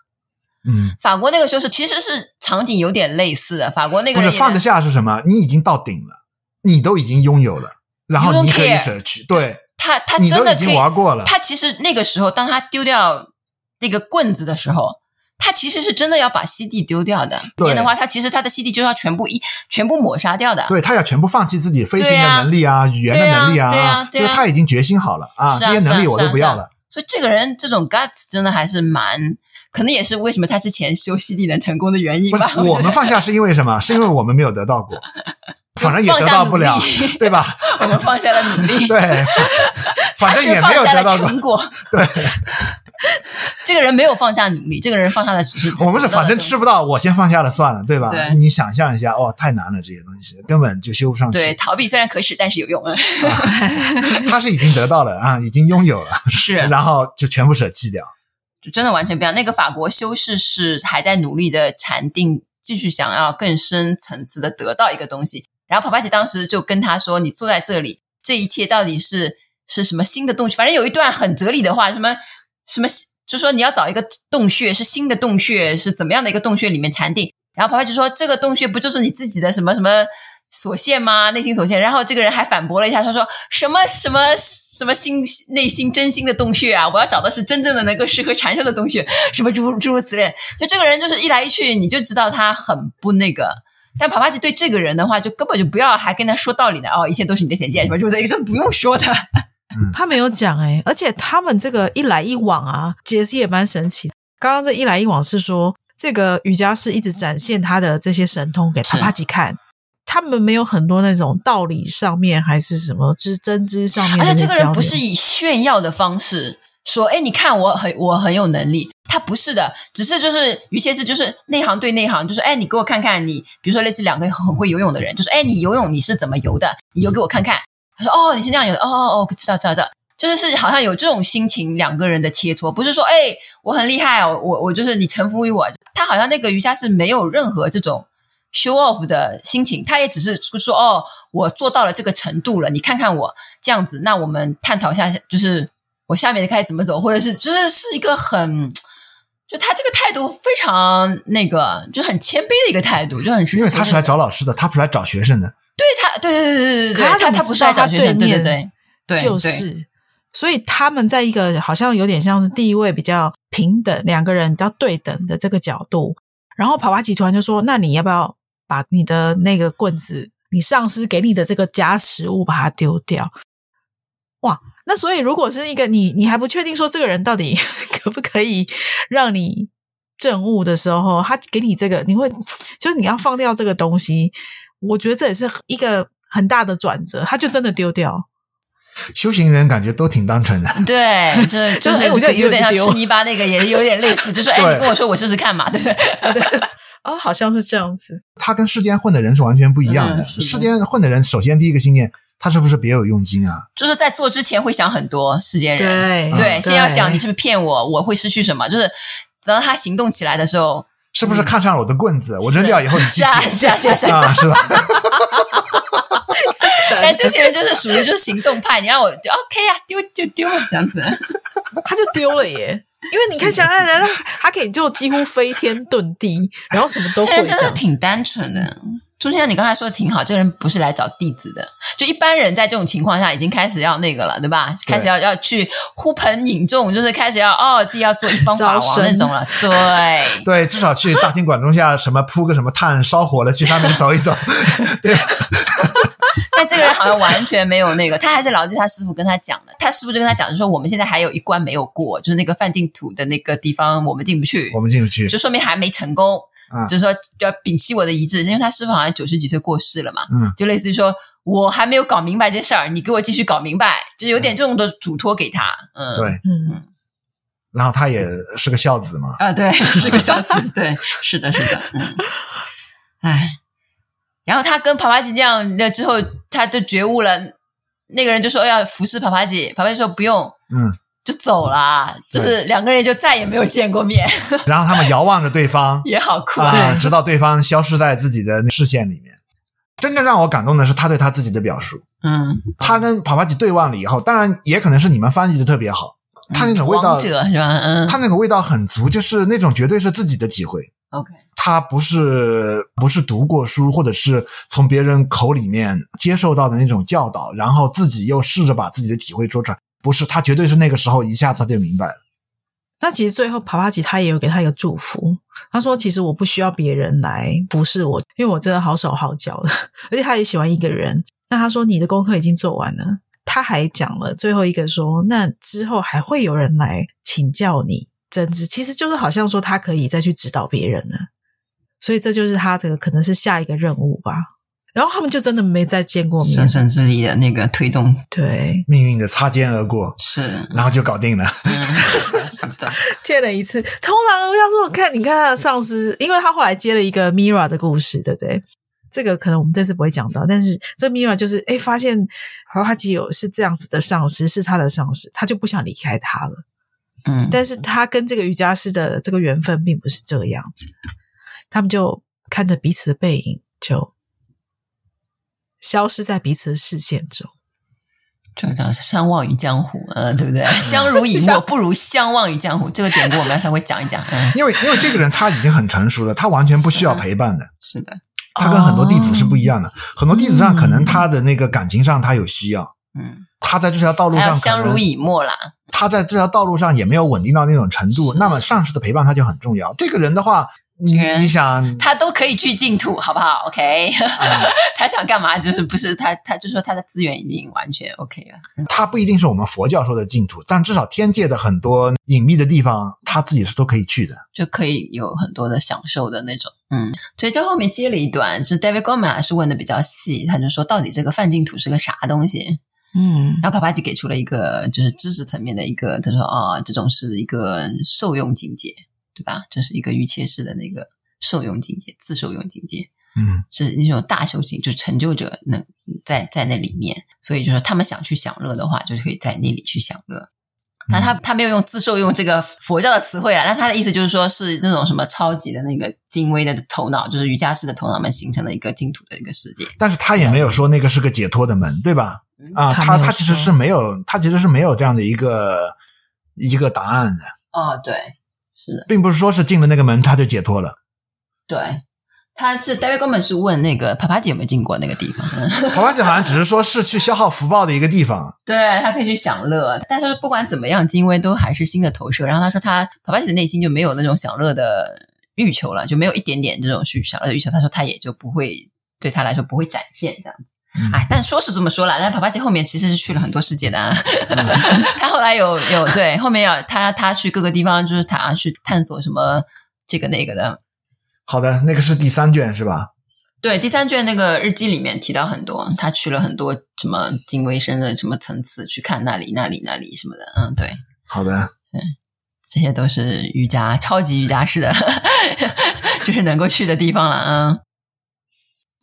C: 嗯，
B: 法国那个修士其实是场景有点类似的，法国那
C: 不
B: 个
C: 是
B: 人也
C: 放得下是什么？你已经到顶了，你都已经拥有了，然后
B: You don't
C: 你可以
B: care
C: 舍去，对，
B: 他他
C: 你都
B: 真的
C: 已
B: 可
C: 经
B: 以，
C: 玩过了。
B: 他其实那个时候，当他丢掉那个棍子的时候。他其实是真的要把西地丢掉的，不
C: 对
B: 然的话，他其实他的西地就是要全部一全部抹杀掉的。
C: 对他要全部放弃自己飞行
B: 对
C: 的
B: 啊
C: 能力啊、语言的
B: 对啊
C: 能力
B: 对啊对
C: 就
B: 啊
C: 是他已经决心好了啊，
B: 是啊
C: 这些能力我都不要了。
B: 所以这个人这种 guts 真的还是蛮，可能也是为什么他之前修西地能成功的原因
C: 不
B: 吧。
C: 是我们放下是因为
B: *laughs*
C: 什么？是因为我们没有得到过，反正也
B: 放
C: 得
B: 下
C: 到
B: 努
C: 不了
B: 力，
C: 对吧？
B: 我们放下了努力，
C: 对，反反正也没有
B: 他是
C: 得
B: 放下
C: 到
B: 了
C: 过。
B: 成果。
C: 对，
B: *laughs* 这个人没有放下努力，这个人放下的只是
C: 我们是反正吃不到，我先放下了算了，对吧？
B: 对
C: 你想象一下，哦，太难了，这些东西根本就修不上去。
B: 对逃避虽然可耻，但是
C: *laughs*
B: 有用。
C: 他是已经得到了啊，已经拥有了，
B: 是，
C: 然后就全部舍弃掉。
B: 就真的完全不一样。那个法国修士是还在努力的禅定，继续想要更深层次的得到一个东西。然后帕帕奇当时就跟他说：“你坐在这里，这一切到底是是什么新的洞穴？反正有一段很哲理的话，什么什么，就说你要找一个洞穴是新的洞穴，是怎么样的一个洞穴里面禅定。”然后帕帕就说：“这个洞穴不就是你自己的什么什么？”所限吗？内心所限。然后这个人还反驳了一下，他说什么什么什么心内心真心的洞穴啊，我要找的是真正的能够适合禅修的洞穴，什么诸诸如此类。就这个人就是一来一去，你就知道他很不那个。但帕帕奇对这个人的话，就根本就不要还跟他说道理的哦，一切都是你的显现，什么诸如此类，这不用说的。
A: 他没有讲哎、而且他们这个一来一往啊，解释也蛮神奇的。刚刚这一来一往是说，这个瑜伽师一直展现他的这些神通给
B: 是
A: 帕帕吉看，他们没有很多那种道理上面还是什么知真知上面的
B: 而
A: 那
B: 且
A: 些
B: 这
A: 交流，
B: 个人不是以炫耀的方式说，哎，你看我很我很有能力。他不是的，只是就是于谦是就是内行对内行，就是哎，你给我看看你，比如说类似两个很会游泳的人，就是哎，你游泳你是怎么游的？你游给我看看。他说哦，你是那样游的，哦哦哦，知道知道知道，就是是好像有这种心情，两个人的切磋，不是说哎我很厉害，我我我就是你臣服于我。他好像那个瑜伽是没有任何这种 show off 的心情，他也只是说哦我做到了这个程度了，你看看我，这样子，那我们探讨一下，就是我下面该怎么走，或者是就是是一个很，就他这个态度非常那个，就很谦卑的一个态度，就很
C: 因为他是来找老师的，他不是来找学生的。
B: 对他，对对对对对
A: 可
B: 对，
A: 他
B: 他
A: 怎么
B: 不
A: 知
B: 是
A: 道
B: 来
A: 他
B: 找学生，
A: 对
B: 对
A: 面
B: 对对对，
A: 就是，所以他们在一个好像有点像是地位比较平等，两个人比较对等的这个角度，然后帕帕集团就说：“那你要不要把你的那个棍子，你上司给你的这个夹食物把它丢掉？”哇，那所以如果是一个你你还不确定说这个人到底 *laughs* 可不可以让你证悟的时候，他给你这个，你会就是你要放掉这个东西，我觉得这也是一个很大的转折，他就真的丢掉。
C: 修行人感觉都挺单纯的，
B: 对，就是
A: 就是
B: 就
A: 哎
B: 是
A: 我就
B: 有点像
A: 丢
B: 吃泥巴那个，也有点类似，就是哎，
C: 对
B: 你跟我说我试试看嘛，对不对？
A: 哦，好像是这样子。
C: 他跟世间混的人是完全不一样的。
B: 嗯是的
C: 世间混的人，首先第一个信念，他是不是别有用心啊？
B: 就是在做之前会想很多世间人，
A: 啊
C: 嗯
A: 哦
B: 对，先要想你是不是骗我，我会失去什么？就是等到他行动起来的时候，
C: 是不是看上了我的棍子？我扔
B: 嗯是
C: 掉以后你去
B: 是啊
C: 捡
B: 是啊是啊是啊
C: 啊，是吧？
B: 但修
A: 哎
B: 行人就是属于就是行动派，你让我就 OK 啊，丢就丢这样子。
A: 他就丢了耶。因为你看
B: 是的
A: 小爱
B: 是的
A: 来了，他可以就几乎飞天遁地，然后什么都
B: 这
A: 会
B: 人
A: 这
B: 真的
A: 样。
B: 挺单纯的。朱先生，你刚才说的挺好，这个人不是来找弟子的。就一般人在这种情况下已经开始要那个了，对吧？
C: 对
B: 开始要要去呼朋引众，就是开始要哦自己要做一方法
A: 招
B: 王
A: 生
B: 那种了。对，
A: *laughs*
C: 对，至少去大庭广众下什么铺个什么炭烧火了，去上面走一
B: *laughs*
C: 走，对吧？
B: 但这个人好像完全没有那个，他还是牢记他师傅跟他讲的。他师傅就跟他讲，就说我们现在还有一关没有过，就是那个范进土的那个地方，我们进不去
C: 我，们进不去
B: 就，说明还没成功。
C: 嗯
B: 就是说要摒弃我的遗志，因为他师傅好像九十几岁过世了嘛，
C: 嗯
B: 就类似于说我还没有搞明白这事儿，你给我继续搞明白，就有点这种的嘱托给他。嗯，
C: 嗯对。
A: 嗯，
C: 然后他也是个孝子嘛，
B: 啊，对， *laughs* 是个孝子，对，是的，是的，嗯，哎，然后他跟帕帕吉那样了之后，他就觉悟了，那个人就说要服侍帕帕吉，帕帕吉说不用，
C: 嗯，
B: 就走了，就是两个人就再也没有见过面， *laughs*
C: 然后他们遥望着对方
B: 也好酷啊，
C: 啊，
A: 对
C: 直到对方消失在自己的视线里面。真正让我感动的是他对他自己的表述，
B: 嗯，
C: 他跟帕帕吉对望了以后，当然也可能是你们翻译的特别好，他那种味道
B: 王，者是吧？嗯
C: 他那个味道很足，就是那种绝对是自己的体会。
B: ，OK，
C: 他不是不是读过书，或者是从别人口里面接受到的那种教导，然后自己又试着把自己的体会说出来。不是，他绝对是那个时候一下子他就明白了。
A: 那其实最后帕帕吉他也有给他一个祝福，他说：“其实我不需要别人来服侍我，因为我真的好手好脚的，而且他也喜欢一个人。”那他说：“你的功课已经做完了。”他还讲了最后一个说：“那之后还会有人来请教你真知，其实就是好像说他可以再去指导别人了。”所以这就是他的可能是下一个任务吧。然后他们就真的没再见过面
B: 神，神之力的那个推动
A: 对，
C: 命运的擦肩而
B: 嗯
C: 过，
B: 是，
C: 然后就搞定了。
B: *laughs* 嗯，是的是的，
A: 见了一次。通常要是我看，你看他的上司，因为他后来接了一个 Mira 的故事，对不对？这个可能我们这次不会讲到，但是这 Mira 就是哎，发现华华基友是这样子的上司，是他的上司，他就不想离开他了。
B: 嗯，
A: 但是他跟这个瑜伽师的这个缘分并不是这样子的，他们就看着彼此的背影，就消失在彼此的视线中。
B: 就叫相忘于江湖， *laughs* 嗯，对不对？相濡以沫不如相忘于江湖，这个典故我们要稍微讲一讲。嗯，
C: 因为因为这个人他已经很成熟了，他完全不需要陪伴的。
B: 是的，
C: 他跟很多弟子是不一
A: 样，
C: 样的，很多弟子上
A: 嗯
C: 可能他的那个感情上他有需要，
B: 嗯，
C: 他在这条道路
B: 还
C: 上
B: 要
C: 可
B: 相
C: 能
B: 濡以沫啦，
C: 他在这条道路上也没有稳定到那种程度，
B: 是
C: 那么上师的陪伴他就很重要。这个人的话，你
B: 这个人
C: 你想
B: 他都可以去净土，好不好？OK，他 *laughs* 想干嘛就是不是他，他就说他的资源已经完全 OK 了。
C: 它不一定是我们佛教说的净土，但至少天界的很多隐秘的地方，他自己是都可以去的。
B: 就可以有很多的享受的那种。嗯，所以这后面接了一段，就是 David Goldman 是问的比较细，他就说到底这个泛净土是个啥东西？
A: 嗯，
B: 然后帕帕吉给出了一个就是知识层面的一个，他说啊、这种是一个受用境界，对吧？这、是一个预切式的那个受用境界，自受用境界
C: 嗯，
B: 是一种大修行，就成就者能在在那里面，所以就是他们想去享乐的话，就可以在那里去享乐。那他他没有用自受用这个佛教的词汇啊，但他的意思就是说是那种什么超级的那个精微的头脑，就是瑜伽师的头脑们形成的一个净土的一个世界。
C: 但是他也没有说那个是个解脱的门，对吧？啊，
A: 他
C: 他
A: 没有
C: 他其实
A: 说
C: 是没有，他其实是没有这样的一个一个答案的，
B: 哦，对，是的。
C: 并不是说是进了那个门他就解脱了。
B: *laughs* 对，他是 David Goldman 是问那个帕帕姐有没有进过那个地方， *laughs*
C: 跑巴姐好像只是说是去消耗福报的一个地方，
B: 对他可以去享乐，但是不管怎么样，金威都还是新的投射。然后他说他帕帕姐的内心就没有那种享乐的欲求了，就没有一点点这种去享乐的欲求。他说他也就不会对他来说不会展现这样子。
C: 嗯
B: 哎，但说是这么说啦，但帕帕姐后面其实是去了很多世界的、啊， *laughs* 他后来有有对后面要他他去各个地方，就是他去探索什么这个那个的。
C: 好的，那个是第三卷是吧？
B: 对，第三卷那个日记里面提到很多，他去了很多什么精微生的什么层次去看那里那里那里什么的，嗯，对，
C: 好的，
B: 这些都是瑜伽超级瑜伽式的， *laughs* 就是能够去的地方了，嗯，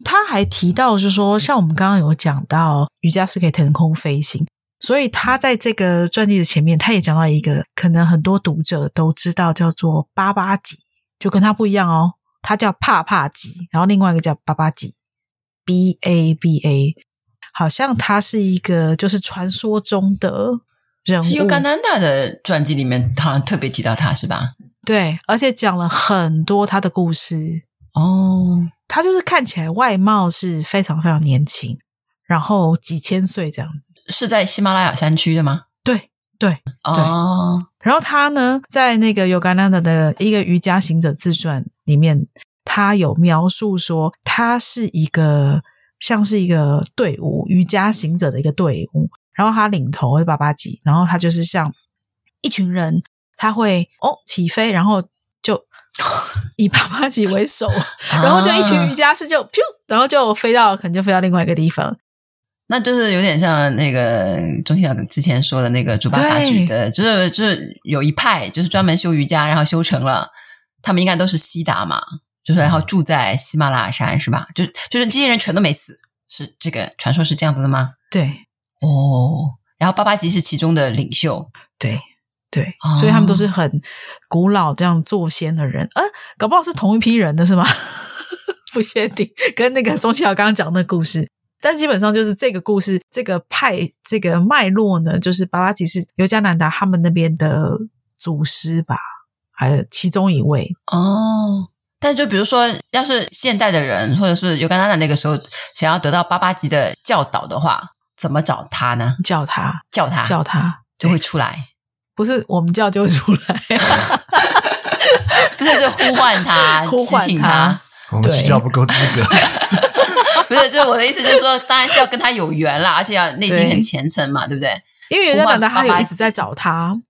A: 他还提到，就是说，像我们刚刚有讲到，瑜伽是可以腾空飞行，所以他在这个传记的前面，他也讲到一个可能很多读者都知道，叫做八八级，就跟他不一样哦，他叫帕帕级，然后另外一个叫八八级，B A B A，好像他是一个就是传说中的人
B: 是尤
A: 物，
B: 甘南达的传记里面，他好像特别提到他是吧？
A: 对，而且讲了很多他的故事。
B: 哦，
A: 他就是看起来外貌是非常非常年轻，然后几千岁这样子。
B: 是在喜马拉雅山区的吗？
A: 对对，
B: 哦，
A: 然后他呢，在那个尤甘纳的一个瑜伽行者自传里面，他有描述说，他是一个像是一个队伍，瑜伽行者的一个队伍，然后他领头是巴巴吉，然后他就是像一群人，他会哦起飞，然后就以巴巴吉为首，然后就一群瑜
B: 啊
A: 伽师就噗，然后就飞到可能就飞到另外一个地方，
B: 那就是有点像那个钟庭长之前说的那个竹巴法举的，就是就是有一派就是专门修瑜伽，然后修成了，他们应该都是西达嘛，就是然后住在喜马拉雅山是吧？就就是这些人全都没死，是这个传说是这样子的吗？
A: 对
B: 哦，然后巴巴吉是其中的领袖，
A: 对对，
B: 哦
A: 所以他们都是很古老这样做仙的人，呃，搞不好是同一批人的是吗？ *laughs* 不确定，跟那个钟奇豪刚刚讲的故事，但基本上就是这个故事，这个派这个脉络呢，就是巴巴吉是尤加南达他们那边的祖师吧，还有其中一位，
B: 哦，但就比如说，要是现代的人或者是尤甘娜娜那个时候想要得到巴巴吉的教导的话，怎么找他呢？
A: 叫他
B: 叫他，
A: 叫他，
B: 就会出来，
A: 不是我们叫就会出来， *laughs*
B: 不是就呼唤他，
A: 呼唤
B: 指请
A: 他
B: 他，
C: 我们
A: 对
C: 去教不够资格。
B: 不是，就是我的意思，就是说，当然是要跟他有缘啦，而且要内心
A: 对
B: 很虔诚嘛，对不对？
A: 因为尤加南达
B: 呼唤
A: 他
B: 巴巴
A: 有
B: 吉
A: 一直在找他，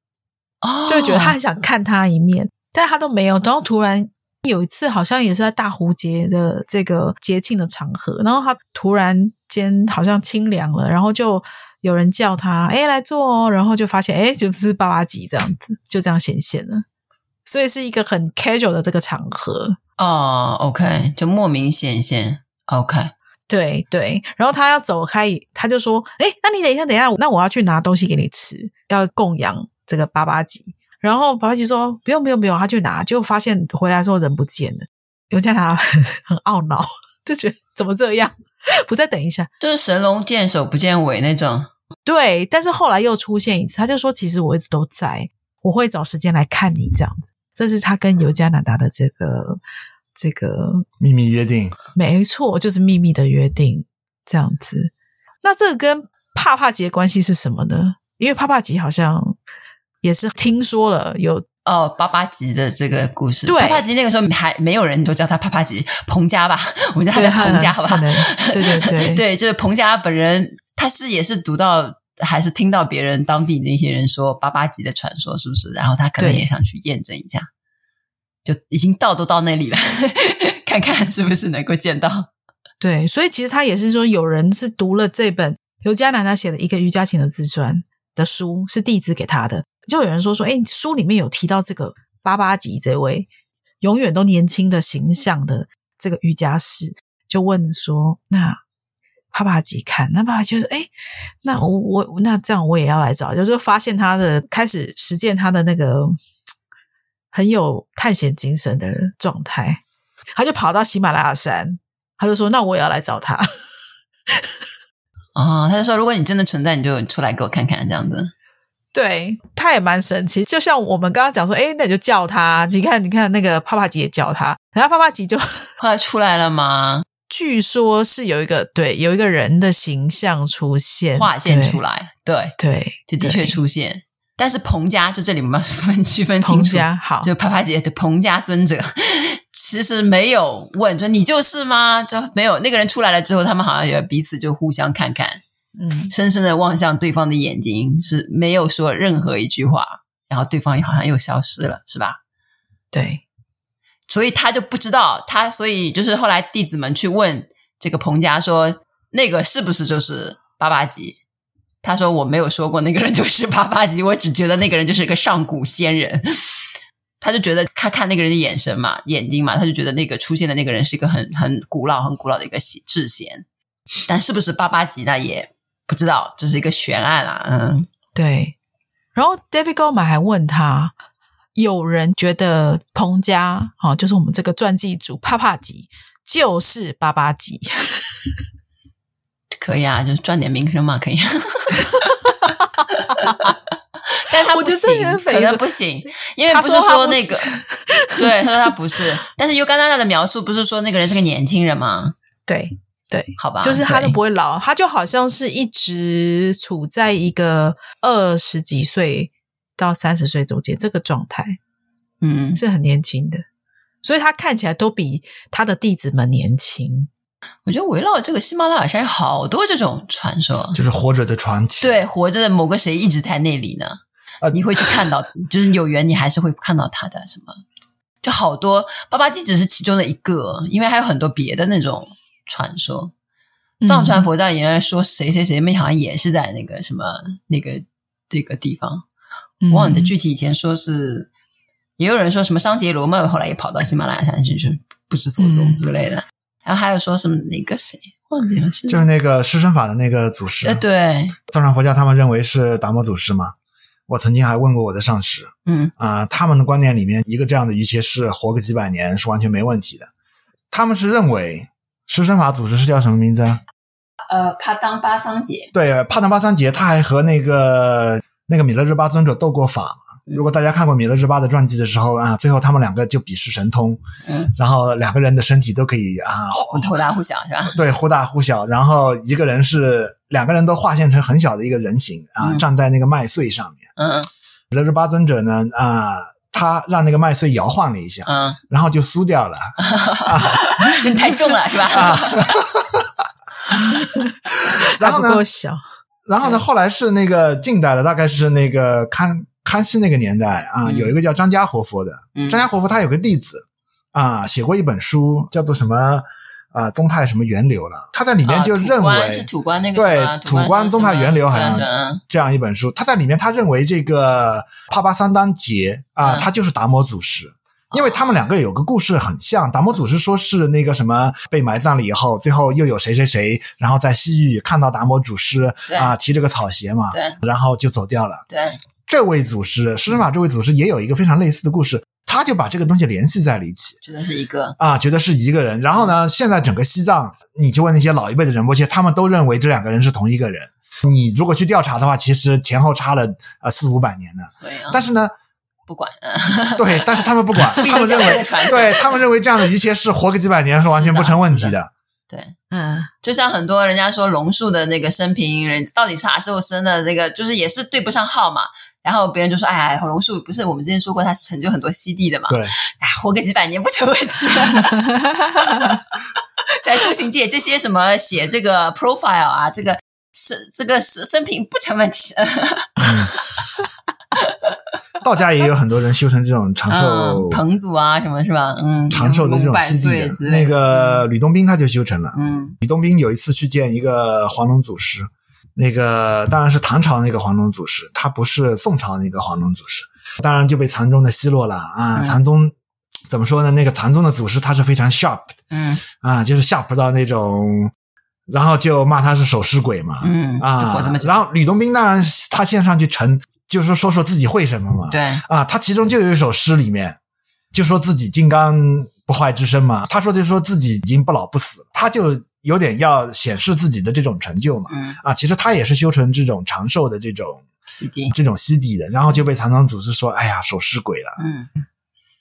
B: 哦
A: 就会觉得他很想看他一面，但他都没有。然后突然有一次，好像也是在大壶节的这个节庆的场合，然后他突然间好像清凉了，然后就有人叫他，哎，来坐哦，然后就发现，哎，这不是八八级这样子，就这样显现了。所以是一个很 casual 的这个场合，
B: 哦，OK，就莫名显现，OK，
A: 对对。然后他要走开，他就说：“哎，那你等一下，等一下，那我要去拿东西给你吃，要供养这个八八级。”然后八八级说：“不用不用不用，他去拿。”结果发现回来之后人不见了，尤加达 *laughs* 很懊恼，就觉得怎么这样？不再等一下，
B: 就是神龙见首不见尾那种。
A: 对。但是后来又出现一次，他就说：“其实我一直都在，我会找时间来看你这样子。”这是他跟尤加拿达的这个这个
C: 秘密约定，
B: 哦
A: 没错，就是秘密的约定这样子。那这个跟帕帕吉的关系是什么呢？因为帕帕吉好像也是听说了有
B: 哦，巴巴吉的这个故事，
A: 对
B: 帕帕吉那个时候还没有人都叫他帕帕吉，彭家吧， *laughs* 我们叫他
A: 对
B: 叫彭家
A: 可
B: 吧，
A: 能可能
B: *laughs*
A: 对对对
B: 对，就是彭家本人，他是也是读到还是听到别人当地那些人说巴巴吉的传说，是不是？然后他可能
A: 对
B: 也想去验证一下，就已经到都到那里了， *laughs* 看看是不是能够见到。 *laughs*
A: 对，所以其实他也是说，有人是读了这本尤加南他写的一个瑜伽琴的自传的书，是弟子给他的，就有人说说，哎，书里面有提到这个八八级这位永远都年轻的形象的这个瑜伽师，就问说，那帕帕吉看，那帕帕吉就说，哎，那我我那这样我也要来找，就是发现他的开始实践他的那个很有探险精神的状态，他就跑到喜马拉雅山。他就说：“那我也要来找他。 *laughs*
B: 哦，他就说，如果你真的存在，你就出来给我看看，这样子。
A: 对，他也蛮神奇。就像我们刚刚讲说，哎，那你就叫他。你看，你看那个帕帕吉也叫他，然后帕帕吉就 *laughs*
B: 后来出来了吗？
A: 据说是有一个对有一个人的形象出现，
B: 划线出
A: 来，
B: 来，对，
A: 对，
B: 就的确
A: 对
B: 出现。但是彭家就这里我们要分 *laughs* 区分清
A: 彭
B: 楚，
A: 家好，
B: 就啪啪姐的彭家尊者， *laughs* 其实没有问说你就是吗？就没有那个人出来了之后，他们好像也彼此就互相看看，
A: 嗯，
B: 深深的望向对方的眼睛，是没有说任何一句话，然后对方好像又消失了，是吧？
A: 对，
B: 所以他就不知道他，所以就是后来弟子们去问这个彭家说，那个是不是就是八八级？他说我没有说过那个人就是八八级，我只觉得那个人就是个上古仙人。 *laughs* 他就觉得他看那个人的眼神嘛，眼睛嘛，他就觉得那个出现的那个人是一个很很古老、很古老的一个喜智贤，但是不是八八级那也不知道，就是一个悬案啦。嗯，
A: 对。然后 David Goldman 还问他，有人觉得彭家，哦，就是我们这个传记组帕帕吉就是巴巴吉， *laughs*
B: 可以啊，就是赚点名声嘛，可以。但他
A: 我
B: 不
A: 觉得这个
B: 行，
A: 很匪
B: 可能
A: 夷
B: 不行，因为
A: 他
B: 不是
A: 说他
B: 说
A: 不
B: 那个
A: 是， *laughs*
B: 对，他说他不是，但是尤甘娜娜的描述不是说那个人是个年轻人吗？
A: 对对，
B: 好吧，
A: 就是他都
B: 啊对
A: 不会老，他就好像是一直处在一个二十几岁到三十岁中间这个状态，
B: 嗯，
A: 是很年轻的，所以他看起来都比他的弟子们年轻。
B: 我觉得围绕这个喜马拉雅山有好多这种传说，
C: 就是活着的传奇。
B: 对，活着的某个谁一直在那里呢？
C: 啊
B: 你会去看
C: *laughs*
B: 到，就是有缘，你还是会看到他的什么，就好多八八鸡只是其中的一个，因为还有很多别的那种传说。藏传佛教原来说谁谁谁们好像也是在那个什么那个这个地方，
C: 嗯
B: 忘了具体以前说是，也有人说什么商杰罗曼后来也跑到喜马拉雅山去，就是不知所踪之类的。然后还有说什么哪个谁忘记了是
C: 嗯就是那个师生法的那个祖师
B: 呃，对，
C: 藏传佛教他们认为是达摩祖师嘛。我曾经还问过我的上师
B: 嗯
C: 啊、他们的观念里面，一个这样的瑜伽士活个几百年是完全没问题的。他们是认为师生法祖师是叫什么名字啊？
B: 呃，帕当巴桑杰，
C: 对，帕坦巴桑杰他还和那个那个米勒日巴尊者斗过法嘛。如果大家看过米勒日巴的传记的时候啊，最后他们两个就比试神通，
B: 嗯，
C: 然后两个人的身体都可以啊，
B: 头大户小是吧？
C: 对，忽大忽小，然后一个人是两个人都化现成很小的一个人形啊，
B: 嗯
C: 站在那个麦穗上面。
B: 嗯
C: 米勒日巴尊者呢啊。他让那个麦穗摇晃了一下，
B: 嗯，
C: 然后就酥掉了。
B: *laughs* 就你太重了是吧？
C: 啊然后
A: 还
C: 呢
A: 不够小，
C: 然
B: 嗯
C: 后呢，后来是那个近代的，大概是那个康康熙那个年代啊，
B: 嗯
C: 有一个叫张家活佛的，
B: 嗯
C: 张家活佛他有个弟子啊，写过一本书，叫做什么啊，宗派什么源流了。他在里面就
B: 啊土
C: 认
B: 官是
C: 为
B: 土官那个
C: 对
B: 什么啊
C: 土官宗派源流好像
B: 对嗯
C: 这样一本书，他在里面他认为这个帕巴桑丹杰
B: 嗯
C: 啊，
B: 哦
C: 他就是达摩祖师。因为他们两个有个故事很像，达摩祖师说是那个什么被埋葬了以后，最后又有谁谁谁，然后在西域看到达摩祖师
B: 对
C: 啊提着个草鞋嘛，
B: 对
C: 然后就走掉了。
B: 对，
C: 这位祖师，施神法这位祖师也有一个非常类似的故事，他就把这个东西联系在了一起
B: 觉得是一个
C: 啊，觉得是一个人。然
B: 嗯
C: 后呢，现在整个西藏，你去问那些老一辈的仁波切，他们都认为这两个人是同一个人。你如果去调查的话，其实前后差了呃四五百年呢。
B: 所以啊，
C: *laughs* 但是呢，
B: 不管，嗯
C: 对，但是他们
B: *laughs*
C: 不管，
B: 不一定
C: 他们认
B: 讲这
C: 为
B: 个传，承
C: 对他们认为这样的一切是活个几百年是完全不成问题
B: 是
C: 的。
B: 对。 *laughs*
A: 嗯，
B: 就像很多人家说龙树的那个生平，人到底啥时候生的，那个就是也是对不上号嘛。然后别人就说：“哎呀，龙树不是我们之前说过他成就很多西地的嘛？
C: 对，
B: 哎，活个几百年不成问题。” *laughs* 在修行界，这些什么写这个 profile 啊，这个生这个生生平不成问题。
C: 道家也有很多人修成这种长寿
B: 嗯、、彭祖啊什么是吧？嗯，
C: 长寿的这种
B: 百
C: 西
B: 岁
C: 地
B: 之
C: 的。
B: 类的
C: 那个吕洞宾他就修成了。
B: 嗯
C: 吕洞宾有一次去见一个黄龙祖师，那个当然是唐朝那个黄龙祖师，他不是宋朝那个黄龙祖师，当然就被禅宗的奚落了啊。
B: 嗯
C: 禅宗怎么说呢？那个禅宗的祖师他是非常 sharp 的
B: 嗯
C: 啊，就是 sharp 到那种，然后就骂他是手尸鬼嘛、
B: 嗯就
C: 啊
B: 活这么。久，
C: 然后吕洞宾当然他先上去陈，就是说说自己会什么嘛。
B: 对，
C: 啊，他其中就有一首诗里面就说自己金刚不坏之身嘛，他说就说自己已经不老不死，他就有点要显示自己的这种成就嘛。
B: 嗯，
C: 啊，其实他也是修成这种长寿的这种
B: 西地，
C: 这种西底的，然后就被常常祖师说：“哎呀，手尸鬼了。”
B: 嗯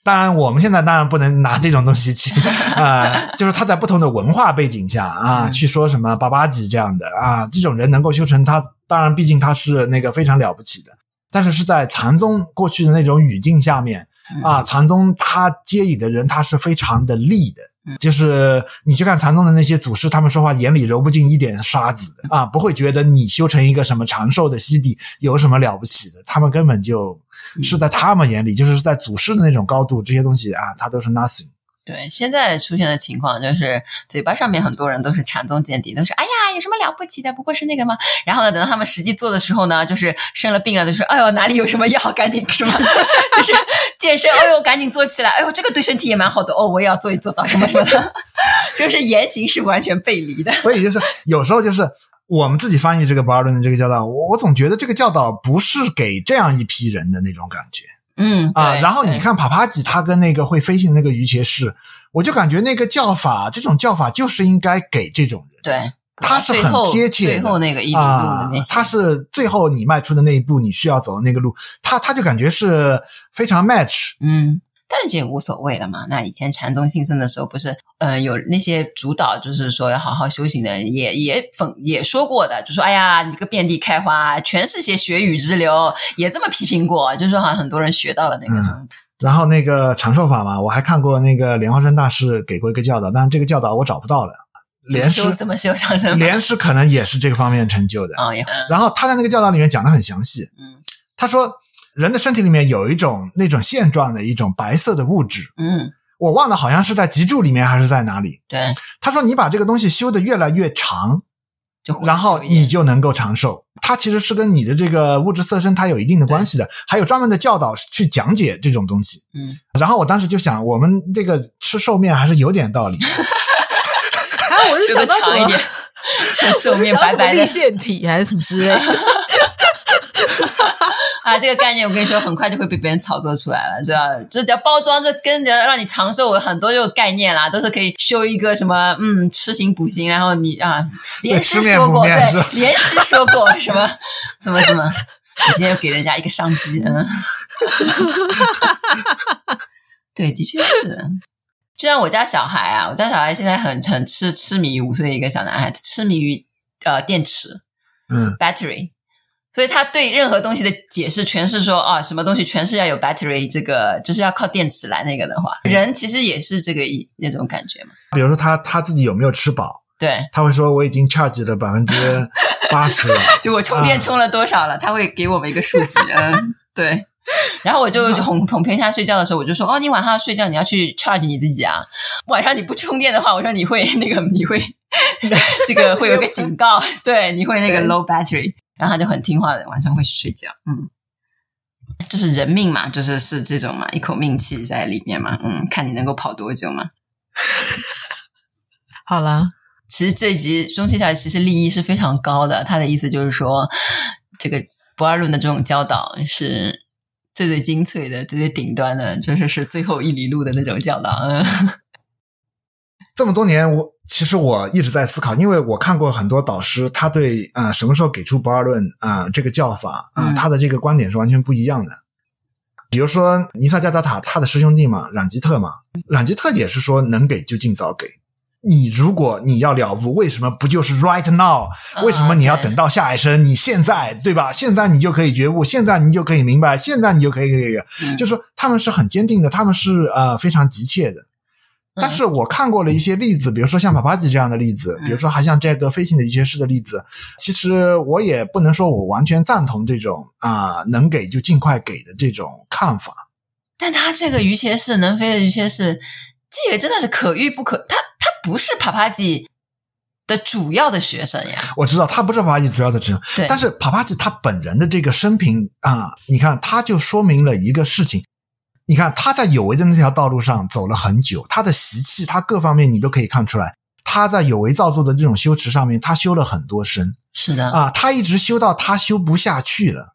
C: 当然，我们现在当然不能拿这种东西去 *laughs* 啊、就是他在不同的文化背景下啊，
B: 嗯
C: 去说什么巴巴吉这样的啊，这种人能够修成他，当然毕竟他是那个非常了不起的，但是是在禅宗过去的那种语境下面
B: 嗯
C: 啊，禅宗他接引的人他是非常的利的。就是你去看禅宗的那些祖师，他们说话眼里揉不进一点沙子的啊，不会觉得你修成一个什么长寿的西地有什么了不起的，他们根本就是在他们眼里，就是在祖师的那种高度，这些东西啊，它都是 nothing。
B: 对，现在出现的情况就是，嘴巴上面很多人都是禅宗见底，都是哎呀，有什么了不起的，不过是那个嘛。然后呢，等到他们实际做的时候呢，就是生了病了，就是哎呦，哪里有什么药，赶紧什么， *laughs* 就是健身，哎呦，赶紧做起来，哎呦，这个对身体也蛮好的哦，我也要做一做到什么什么 *laughs* 的，就是言行是完全背离的。
C: 所以就是有时候就是我们自己翻译这个巴尔顿的这个教导，我我总觉得这个教导不是给这样一批人的那种感觉
B: 嗯
C: 啊。
B: 对
C: 然后
B: 对
C: 你看帕帕吉他跟那个会飞行的那个鱼学士，我就感觉那个叫法，这种叫法就是应该给这种人。
B: 对
C: 它是很贴切
B: 最后
C: 的
B: 那个一里路的
C: 啊
B: 那些，，
C: 它是最后你迈出的那一步，你需要走的那个路，它它就感觉是非常 match，
B: 嗯，但是也无所谓了嘛。那以前禅宗兴盛的时候，不是嗯、呃有那些主导，就是说要好好修行的人也，也讽也说过的，就说哎呀，你个遍地开花，全是些血雨之流，也这么批评过，就是说好像很多人学到了那个东西。
C: 嗯然后那个长寿法嘛，我还看过那个莲花生大师给过一个教导，但是这个教导我找不到了。莲师
B: 怎么修怎么修长生法
C: 莲师可能也是这个方面成就的。
B: 啊、也
C: 然后他在那个教导里面讲的很详细，
B: 嗯
C: 他说人的身体里面有一种那种线状的一种白色的物质，
B: 嗯，
C: 我忘了好像是在脊柱里面还是在哪里。
B: 对，
C: 他说你把这个东西修得越来越长，
B: 就
C: 然后
B: 有一点
C: 你就能够长寿。它其实是跟你的这个物质色身它有一定的关系的，还有专门的教导去讲解这种东西。
B: 嗯，
C: 然后我当时就想，我们这个吃寿面还是有点道理。
B: *laughs*
A: 然啊后我就
B: 修
A: 想
B: 的
A: 到什
B: 长一
A: 么
B: 点， *laughs* 就寿
A: 我就
B: 命
A: 想到
B: 白
A: 什么
B: 白的
A: 立腺体还是什么之类
B: *laughs*
A: 的，
B: 啊，这个概念我跟你说，很快就会被别人炒作出来了，知道？就只要包装，就跟着让你长寿，很多这种概念啦，都是可以修一个什么，嗯，吃行补行，然后你
C: *laughs*
B: 啊，连
C: 吃
B: 师
C: 面
B: 说
C: 补
B: 过，
C: 面是吧
B: 对，连师说过什么，怎么怎么， *laughs* 你今天又给人家一个商机，嗯， *laughs* 对，的确是。就像我家小孩啊，我家小孩现在很很痴痴迷于五岁的一个小男孩，痴迷于呃电池，
C: 嗯，
B: battery，所以他对任何东西的解释全是说啊，什么东西全是要有 battery，这个就是要靠电池来那个的话，人其实也是这个一那种感觉嘛。
C: 比如说他他自己有没有吃饱，
B: 对，
C: 他会说我已经 charge 了百 *laughs* 分之八十了。
B: 就我充电充了多少了，他会给我们一个数值。嗯，对。然后我就哄哄骗他睡觉的时候，我就说：“哦，你晚上要睡觉，你要去 charge 你自己啊。晚上你不充电的话，我说你会那个，你会 *laughs* 这个会有个警告， *laughs* 对，你会那个
A: 对
B: low battery。”然后他就很听话的，晚上会去睡觉。嗯，就是人命嘛，就是是这种嘛，一口命气在里面嘛。嗯，看你能够跑多久嘛。
A: 好啦，
B: 其实这一集中期条其实利益是非常高的。他的意思就是说，这个不二论的这种教导是最最精粹的、最最顶端的，就是是最后一里路的那种教导。嗯，
C: 这么多年，我其实我一直在思考，因为我看过很多导师，他对啊、呃什么时候给出不二论啊、呃这个教法啊、
B: 嗯
C: 他的这个观点是完全不一样的。比如说尼萨加达塔他的师兄弟嘛，朗吉特嘛，朗吉特也是说能给就尽早给。你如果你要了悟，为什么不就是 right now？为什么你要等到下一生？你现在对吧？现在你就可以觉悟，现在你就可以明白，现在你就可以可以，
B: 嗯
C: 就是说他们是很坚定的，他们是呃非常急切的。但是我看过了一些例子，比如说像帕帕吉这样的例子，
B: 嗯
C: 比如说还像这个飞行的一些师的例子。其实我也不能说我完全赞同这种啊、能给就尽快给的这种看法。
B: 但他这个鱼切式能飞的鱼切式，这个真的是可遇不可。他他不是帕帕吉的主要的学生呀，
C: 我知道他不是帕帕吉主要的职能，
B: 对，
C: 但是帕帕吉他本人的这个生平啊、你看他就说明了一个事情。你看他在有为的那条道路上走了很久，他的习气，他各方面你都可以看出来。他在有为造作的这种修持上面，他修了很多身
B: 是的，
C: 啊，他一直修到他修不下去了。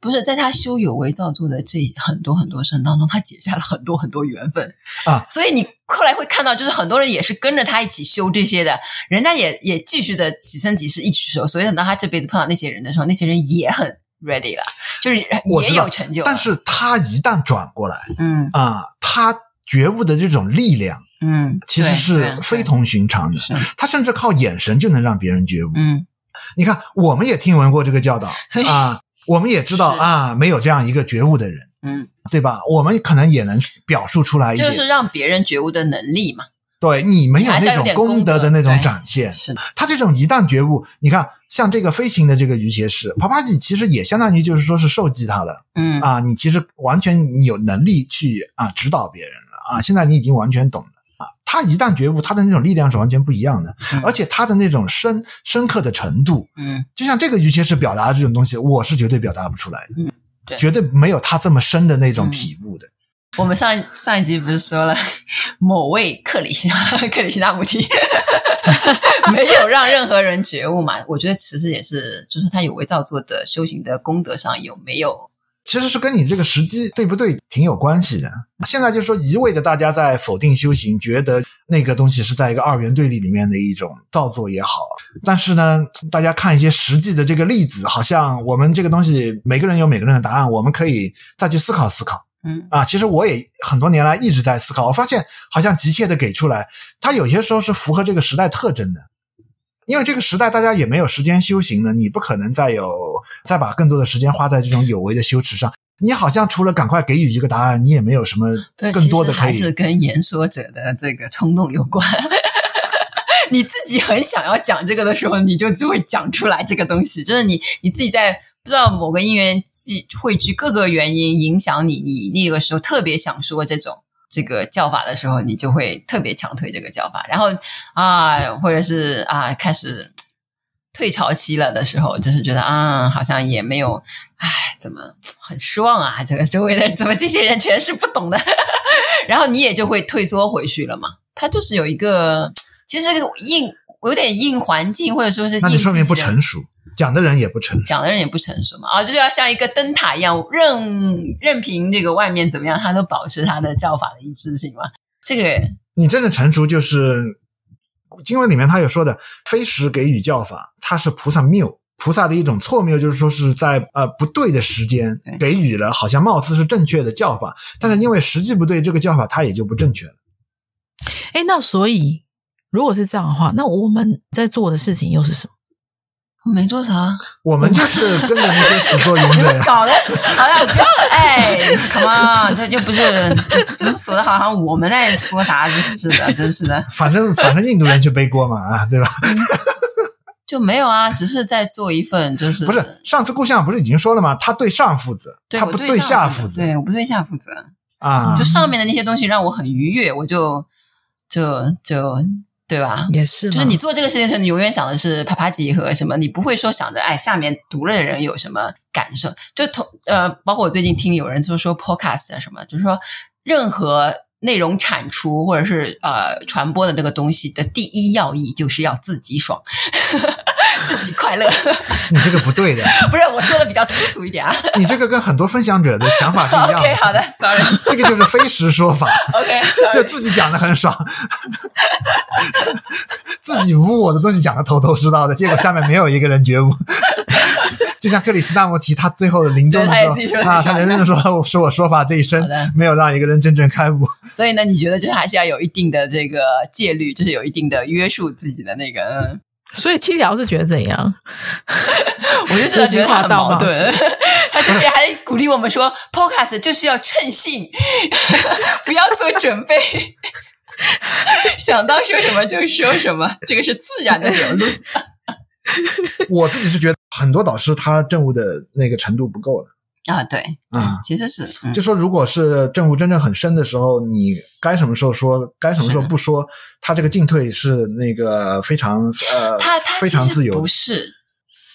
B: 不是在他修有为造作的这很多很多生当中，他结下了很多很多缘分
C: 啊。
B: 所以你后来会看到，就是很多人也是跟着他一起修这些的，人家也也继续的几生几世一起修。所以等到他这辈子碰到那些人的时候，那些人也很 ready 了，就是
C: 我
B: 也
C: 知道
B: 有成就了。
C: 啊但是他一旦转过来
B: 嗯
C: 啊、他觉悟的这种力量
B: 嗯，
C: 其实
B: 对
C: 是非。同寻常的
B: 对。是，
C: 他甚至靠眼神就能让别人觉悟。
B: 嗯，
C: 你看，我们也听闻过这个教导
B: 所以
C: *laughs* 啊，我们也知道
B: 是
C: 啊，没有这样一个觉悟的人，
B: 嗯，
C: 对吧？我们可能也能表述出来一点，
B: 就是让别人觉悟的能力嘛。
C: 对你没有
B: 还是要有
C: 那种
B: 点
C: 功
B: 功德
C: 德的那种
B: 对
C: 展现。
B: 是的，
C: 他这种一旦觉悟，你看，像这个飞行的这个鱼邪士，帕帕吉其实也相当于就是说是受记他了。
B: 嗯
C: 啊，你其实完全你有能力去啊指导别人了啊，现在你已经完全懂了。啊。他一旦觉悟，他的那种力量是完全不一样的，
B: 嗯
C: 而且他的那种深深刻的程度，
B: 嗯，
C: 就像这个于谦是表达的这种东西，我是绝对表达不出来的，
B: 嗯对嗯
C: 绝对没有他这么深的那种体悟的。
B: 我们上一上一集不是说了 *laughs* 某位克里希那 *laughs* 克里希那穆提 *laughs* 没有让任何人觉悟嘛？我觉得其实也是，就是他有为造作的修行的功德上有没有？
C: 其实是跟你这个时机对不对挺有关系的。现在就是说一味的大家在否定修行，觉得那个东西是在一个二元对立里面的一种造作也好，但是呢，大家看一些实际的这个例子，好像我们这个东西每个人有每个人的答案，我们可以再去思考思考。
B: 嗯
C: 啊，其实我也很多年来一直在思考，我发现好像急切的给出来，它有些时候是符合这个时代特征的，因为这个时代大家也没有时间修行了，你不可能再有再把更多的时间花在这种有为的羞耻上。你好像除了赶快给予一个答案，你也没有什么
B: *laughs* 对，
C: 更多的
B: 其实
C: 可
B: 还
C: 以
B: 是跟演说者的这个冲动有关。 *laughs* 你自己很想要讲这个的时候，你就就会讲出来这个东西。就是你你自己在不知道某个因缘际汇聚各个原因影响你，你那个时候特别想说这种这个叫法的时候，你就会特别强推这个叫法。然后啊，或者是啊开始退潮期了的时候，就是觉得啊好像也没有，唉，怎么很失望啊？这个周围的怎么这些人全是不懂的？ *laughs* 然后你也就会退缩回去了嘛。它就是有一个，其实应有点应环境，或者说是应
C: 那你说明
B: 自
C: 不
B: 己的
C: 成熟，讲的人也不成熟。
B: 讲的人也不成熟嘛，啊，就是要像一个灯塔一样，任任凭这个外面怎么样，它都保持它的叫法的一致性嘛。这个
C: 你真正成熟就是经文里面他有说的，非时给予教法，它是菩萨谬。菩萨的一种错谬，就是说是在呃不对的时间
B: 对
C: 给予了，好像貌似是正确的教法，但是因为实际不对，这个教法它也就不正确了。
A: 哎，那所以如果是这样的话，那我们在做的事情又是什么？
B: 我没啊做啥，
C: 我们就是跟着那些始作俑
B: 你
C: 者 *laughs*
B: 们
C: 呀，
B: 搞的， *laughs* 好像不要了，哎，come on，这又不是，不是说的好像我们在说啥似的，真是的，
C: 反正反正印度人去背锅嘛啊，对吧？
B: 就没有啊，只是在做一份，就是
C: 不是上次故乡不是已经说了吗？他对上负责，
B: 对
C: 他
B: 我
C: 不
B: 对
C: 下
B: 上
C: 负责
B: 对我不对下负责，
C: 啊
B: 就。上面的那些东西让我很愉悦，我就就就对吧？
A: 也是，
B: 就是你，做这个事情的时候，你永远想的是啪啪几和什么，你不会说想着哎下面读了的人有什么感受。就同呃，包括我最近听有人就说 podcast 啊什么，就是说任何内容产出或者是呃传播的那个东西的第一要义就是要自己爽， *laughs* 自己快乐。
C: 你这个不对的，
B: *laughs* 不是我说的比较粗俗一点 *laughs* 啊。
C: 你这个跟很多分享者的想法是一样
B: OK，
C: 的。
B: *laughs* 好的，sorry，OK，sorry。 *laughs*
C: 这个就是非实说法。就自己讲的很爽， *laughs* 自己污我的东西讲的头头是道的，结果下面没有一个人觉悟。 *laughs* 就像克里希纳摩提，他最后临终
B: 对
C: 的
B: 他
C: 时
B: 也自己说
C: 候啊，
B: 很爽
C: 他真正说 *laughs* 是我说法这一生
B: 好的
C: 没有让一个人真
B: *laughs*
C: 正开悟。
B: 所以呢，你觉得就是还是要有一定的这个戒律，就是有一定的约束自己的那个。嗯 *laughs*
A: 所以七条是觉得怎样？
B: 我就真的觉得他很矛
A: 真
B: 盾
A: 心。
B: *laughs* 他之前还鼓励我们说，Podcast 就是要趁兴， *laughs* 不要做准备， *laughs* 想到说什么就说什么，这个是自然的流露。
C: 我自己是觉得很多导师他证悟的那个程度不够了
B: *laughs* 啊，对，
C: 啊。
B: 其实是，嗯
C: 就说如果是证悟真正很深的时候，你该什么时候说，该什么时
B: 是
C: 候
B: 的
C: 不说，他这个进退是那个非常呃
B: 他他
C: 非
B: 其
C: 常自
B: 实
C: 由
B: 不
C: 的。
B: 是，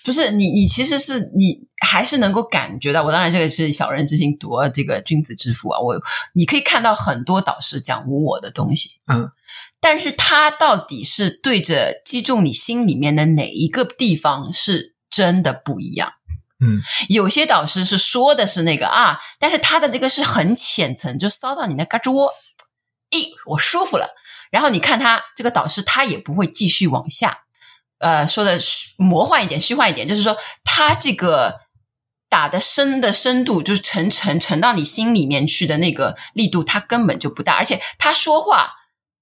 B: 不是你你其实是你还是能够感觉到，我当然这个是小人之心夺这个君子之腹啊，我你可以看到很多导师讲无我的东西，
C: 嗯，
B: 但是他到底是对着击中你心里面的哪一个地方是真的不一样。
C: 嗯，
B: 有些导师是说的是那个啊，但是他的那个是很浅层，就骚到你的胳肢窝，咦，我舒服了。然后你看他这个导师，他也不会继续往下，呃，说的虚魔幻一点、虚幻一点，就是说他这个打的深的深度，就是沉沉沉到你心里面去的那个力度，他根本就不大，而且他说话，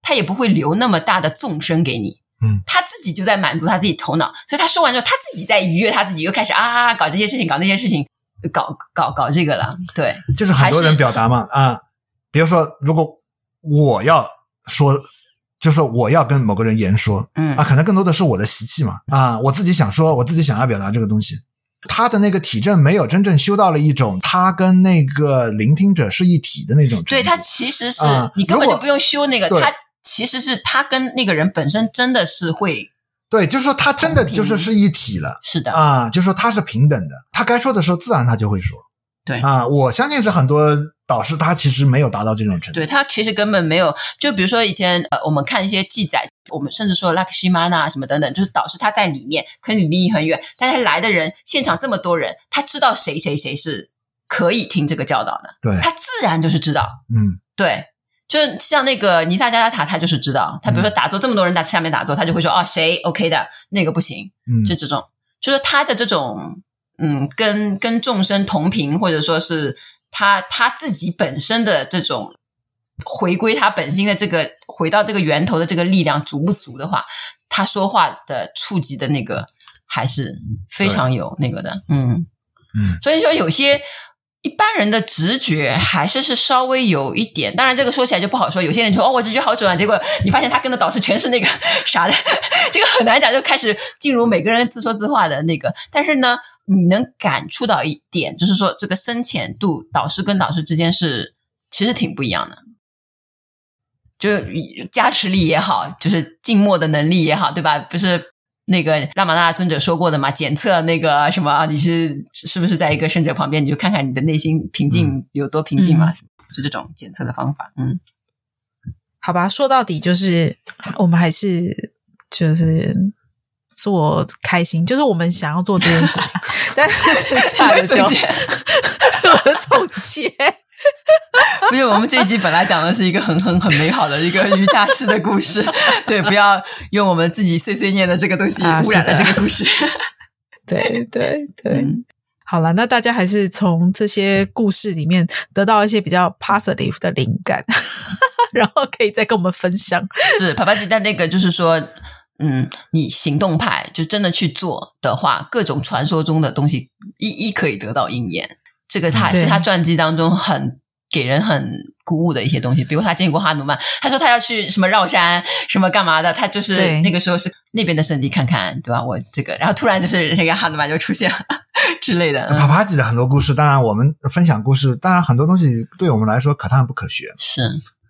B: 他也不会留那么大的纵深给你。
C: 嗯，
B: 他自己就在满足他自己头脑，所以他说完之后，他自己在愉悦他自己，又开始啊搞这些事情，搞那些事情，搞搞搞这个了。对，
C: 就是很多
B: 还
C: 人
B: 是
C: 表达嘛，啊、比如说，如果我要说，就说我要跟某个人言说
B: 嗯
C: 啊，可能更多的是我的习气嘛，啊，我自己想说，我自己想要表达这个东西。他的那个体证没有真正修到了一种他跟那个聆听者是一体的那种程度，
B: 对他其实是、
C: 啊
B: 你根本
C: 如
B: 就
C: 果
B: 不用修那个，
C: 对
B: 他其实是他跟那个人本身真的是会
C: 对，就是说他真的
B: 同频
C: 就是是一体了。
B: 是的，
C: 啊，就说他是平等的，他该说的时候自然他就会说。
B: 对
C: 啊，我相信是很多导师他其实没有达到这种程度。
B: 对他其实根本没有，就比如说以前呃，我们看一些记载，我们甚至说 Lakshmana 什么等等，就是导师他在里面，可你离你很远，但是来的人现场这么多人，他知道谁谁谁是可以听这个教导的，
C: 对
B: 他自然就是知道，
C: 嗯，
B: 对，就是像那个尼萨加拉塔，他就是知道，他比如说打坐，这么多人打下面打坐，他就会说哦，谁 OK 的，那个不行，
C: 嗯，
B: 就这种，就是他的这种，嗯，跟跟众生同频，或者说是他他自己本身的这种回归他本心的这个回到这个源头的这个力量足不足的话，他说话的触及的那个还是非常有那个的，嗯
C: 嗯，
B: 所以说有些。一般人的直觉还是是稍微有一点，当然这个说起来就不好说。有些人说哦，我直觉好准啊，结果你发现他跟的导师全是那个 *laughs* 啥的，这个很难讲，就开始进入每个人自说自话的那个。但是呢，你能感触到一点，就是说这个深浅度，导师跟导师之间是其实挺不一样的。就是加持力也好，就是静默的能力也好，对吧？不是那个拉玛那尊者说过的嘛？检测那个什么，啊你是是不是在一个圣者旁边，你就看看你的内心平
A: 嗯
B: 静有多平静嘛？就这种检测的方法，嗯， *laughs*
A: 好吧，说到底就是我们还是就是做开心，就是我们想要做这件事
B: *laughs*
A: 情，但是剩下的就
B: 总结
A: *laughs* 我的总结。
B: 不是，我们这一集本来讲的是一个很很很美好的一个瑜伽师的故事， *laughs* 对，不要用我们自己碎碎念的这个东西
A: 啊
B: 污染了
A: 是
B: 这
A: 的
B: 个都市。
A: 对对 *laughs* 对，
B: 嗯，
A: 好了，那大家还是从这些故事里面得到一些比较 positive 的灵感， *laughs* 然后可以再跟我们分享。
B: 是 *laughs* 帕帕吉蛋那个，就是说，嗯，你行动派就真的去做的话，各种传说中的东西一一可以得到应验。这个他
A: 对
B: 是他传记当中很给人很鼓舞的一些东西，比如他见过哈努曼，他说他要去什么绕山，什么干嘛的，他就是
A: 对
B: 那个时候是那边的圣地看看，对吧？我这个，然后突然就是那个哈努曼就出现了之类的，嗯
C: 帕帕吉的很多故事，当然我们分享故事，当然很多东西对我们来说可看不可学。
B: 是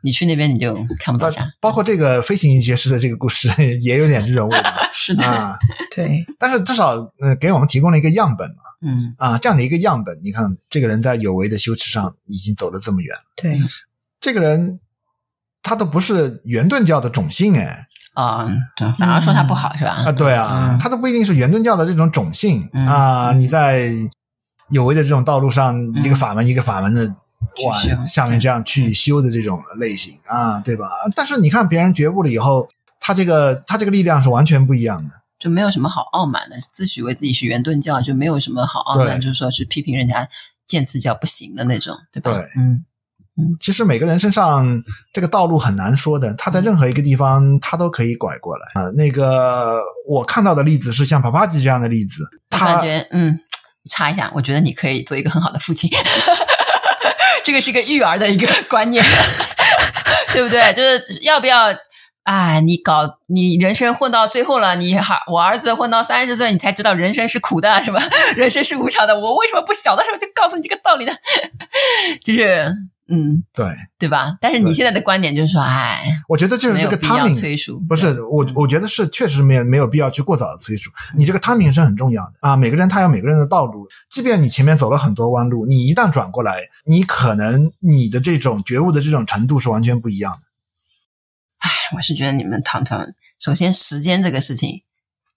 B: 你去那边你就看不到
C: 包
B: 啥，
C: 包括这个飞行瑜伽师的这个故事， *laughs* 也有点这种味道
B: *laughs* 是的，
C: 啊。
A: 对，
C: 但是至少呃，给我们提供了一个样本嘛
B: 嗯，
C: 啊，这样的一个样本，你看这个人在有为的修持上已经走了这么远，
A: 对，
C: 这个人他都不是圆顿教的种姓哎
B: 啊、对反而说他不好、是吧？
C: 啊，对啊
B: 嗯，
C: 他都不一定是圆顿教的这种种姓
B: 嗯
C: 啊，
B: 嗯
C: 你在有为的这种道路上，一个法门一个法门的。
B: 嗯去修嗯
C: 往下面这样去修的这种类型啊，对吧？但是你看别人觉悟了以后，他这个他这个力量是完全不一样的。
B: 就没有什么好傲慢的，自诩为自己是圆顿教，就没有什么好傲慢，就
C: 对
B: 是说去批评人家见次教不行的那种，对吧？
C: 对
B: 嗯，
C: 其实每个人身上这个道路很难说的，他在任何一个地方他都可以拐过来
B: 嗯
C: 啊、那个我看到的例子是像帕帕吉这样的例子，
B: 我感
C: 他
B: 觉嗯，插一下，我觉得你可以做一个很好的父亲， *laughs* 这个是个育儿的一个观念， *laughs* 对不对？就是要不要？哎，你搞你人生混到最后了，你还我儿子混到三十岁，你才知道人生是苦的，什么 *laughs* 人生是无常的。我为什么不小的时候就告诉你这个道理呢？ *laughs* 就是嗯，
C: 对
B: 对吧？但是你
C: 对
B: 现在的观点就是说，哎，
C: 我觉得就是
B: 没
C: 这
B: 有
C: 个
B: 必要
C: timing。
B: 催熟，
C: 不是我，
B: 嗯
C: 我觉得是确实没有没有必要去过早的催促，你这个 timing 是很重要的啊。每个人他有每个人的道路，即便你前面走了很多弯路，你一旦转过来，你可能你的这种觉悟的这种程度是完全不一样的。
B: 我是觉得你们糖糖，首先时间这个事情，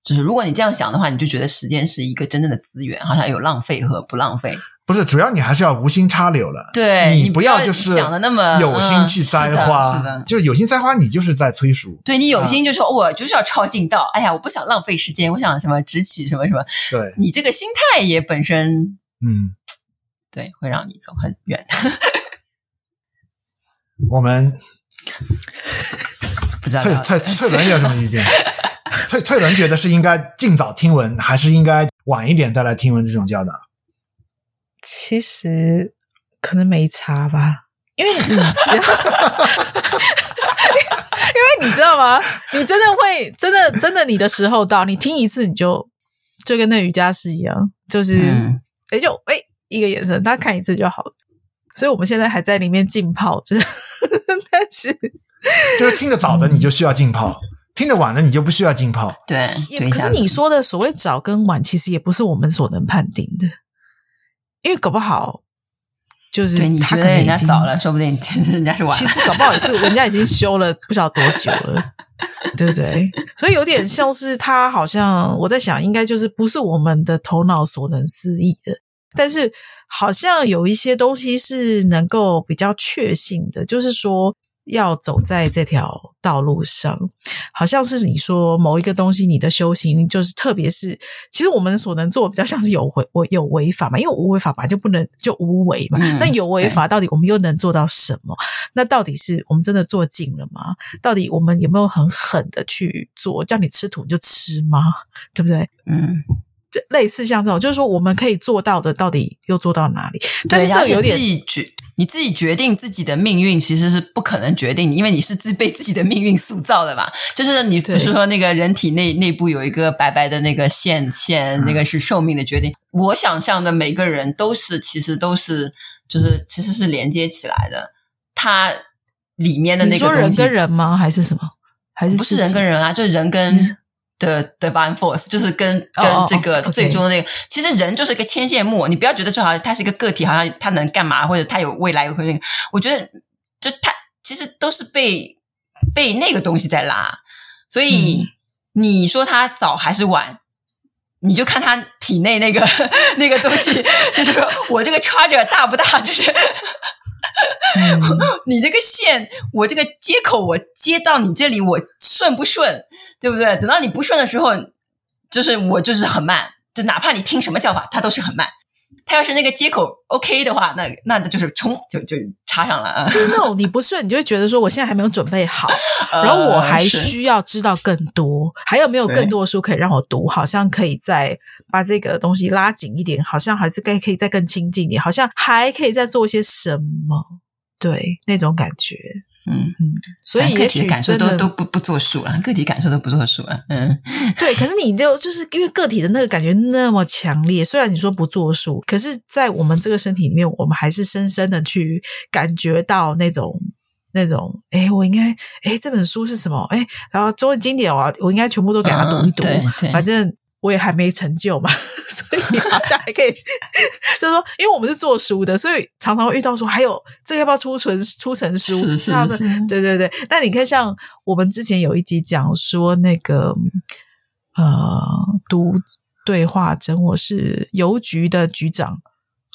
B: 就是如果你这样想的话，你就觉得时间是一个真正的资源，好像有浪费和不浪费。
C: 不是，主要你还是要无心插柳了。
B: 对
C: 你
B: 不
C: 要
B: 要
C: 就是
B: 想的那么
C: 有心去栽
B: 嗯
C: 花，嗯
B: 是的是的
C: 就是有心栽花，你就是在催熟。
B: 对你有心就说，哦我就是要抄近道。哎呀，我不想浪费时间，我想什么只取什么什么。
C: 对，
B: 你这个心态也本身
C: 嗯，
B: 对会让你走很远。
C: 我们
B: *laughs* 不知道
C: 翠
B: 聊
C: 翠翠伦有什么意
B: *laughs*
C: 见？翠翠伦觉得是应该尽早听闻，还是应该晚一点再来听闻这种教导？
A: 其实可能没差吧，因为你 *laughs* 只要，因为你知道吗？你真的会，真的真的，你的时候到，你听一次你就就跟那瑜伽师一样，就是
B: 嗯
A: 哎、就哎、一个眼神，他看一次就好了。所以我们现在还在里面浸泡着， *laughs* 但是
C: 就是听得早的你就需要浸泡，
A: 嗯
C: 听得晚的你就不需要浸泡。
B: 对，
A: 也
B: 就一
A: 可
B: 下
A: 是
B: 子
A: 你说的所谓早跟晚，其实也不是我们所能判定的，因为搞不好就是
B: 对
A: 嗯
B: 你
A: 他
B: 觉
A: 可能
B: 得人
A: 已
B: 家
A: 经
B: 早了，说不定 *laughs* 其实人家是晚
A: 其
B: 了。
A: 实搞不好也是人家已经修了不晓得多久了，对不对？所以有点像是他好像我在想，应该就是不是我们的头脑所能思议的，但是好像有一些东西是能够比较确信的，就是说要走在这条道路上，好像是你说某一个东西，你的修行就是，特别是其实我们所能做比较像是有违我有违法嘛，因为无违法嘛就不能就无为嘛。
B: 嗯
A: 但有违法到底我们又能做到什么？那到底是我们真的做尽了吗？到底我们有没有很狠的去做？叫你吃土你就吃吗？对不对？
B: 嗯，
A: 这类似像这种，就是说我们可以做到的，到底又做到哪里？但
B: 对，
A: 是这
B: 而
A: 个
B: 且
A: 有点
B: 自己决你自己决定自己的命运，其实是不可能决定，因为你是自被自己的命运塑造的嘛。就是你不
A: 对
B: 是说那个人体内内部有一个白白的那个线线，那个是寿命的决定。我想象的每个人都是，其实都是就是其实是连接起来的，它里面的那
A: 你
B: 个
A: 说人
B: 东西
A: 跟人吗？还是什么？还是
B: 不是
A: 自己嗯
B: 人跟人啊，就是人跟的的 one force，就是跟
A: 哦
B: 跟
A: 哦
B: 这个
A: ，OK
B: 最终的那个，其实人就是一个牵线木，你不要觉得就好像他是一个个体，好像他能干嘛或者他有未来会那个，我觉得就他其实都是被被那个东西在拉，所以
A: 嗯
B: 你说他早还是晚？你就看他体内那个 *laughs* 那个东西，就是说我这个 charger 大不大，就是
A: 嗯 *laughs*
B: 你这个线，我这个接口，我接到你这里，我顺不顺，对不对？等到你不顺的时候，就是我就是很慢，就哪怕你听什么叫法，它都是很慢。它要是那个接口 OK 的话，那那就是冲就就插上
A: *laughs*
B: 了啊。
A: 就是那种你不顺，你就会觉得说我现在还没有准备好，然后我
B: 呃
A: 还
B: 是
A: 需要知道更多，还有没有
B: 对
A: 更多的书可以让我读？好像可以再把这个东西拉紧一点，好像还是该可以再更亲近一点，好像还可以再做些什么，对那种感觉。
B: 嗯，
A: 所以
B: 咱个
A: 也
B: 体
A: 许
B: 的感受
A: 真
B: 都
A: 的
B: 都不不作数了，个体感受都不作数了。嗯，
A: 对，可是你就就是因为个体的那个感觉那么强烈，虽然你说不作数，可是，在我们这个身体里面，我们还是深深的去感觉到那种那种，哎，我应该，哎，这本书是什么？哎，然后中文经典啊，我应该全部都给它读一读，
B: 嗯对对
A: 反正。我也还没成就嘛， *laughs* 所以好像还可以， *laughs* 就是说，因为我们是做书的，所以常常会遇到说，还有这个要不要出成出成书？
B: 是是
A: 他们
B: 是，
A: 对对对，那你看，像我们之前有一集讲说那个呃，读对话整我是邮局的局长，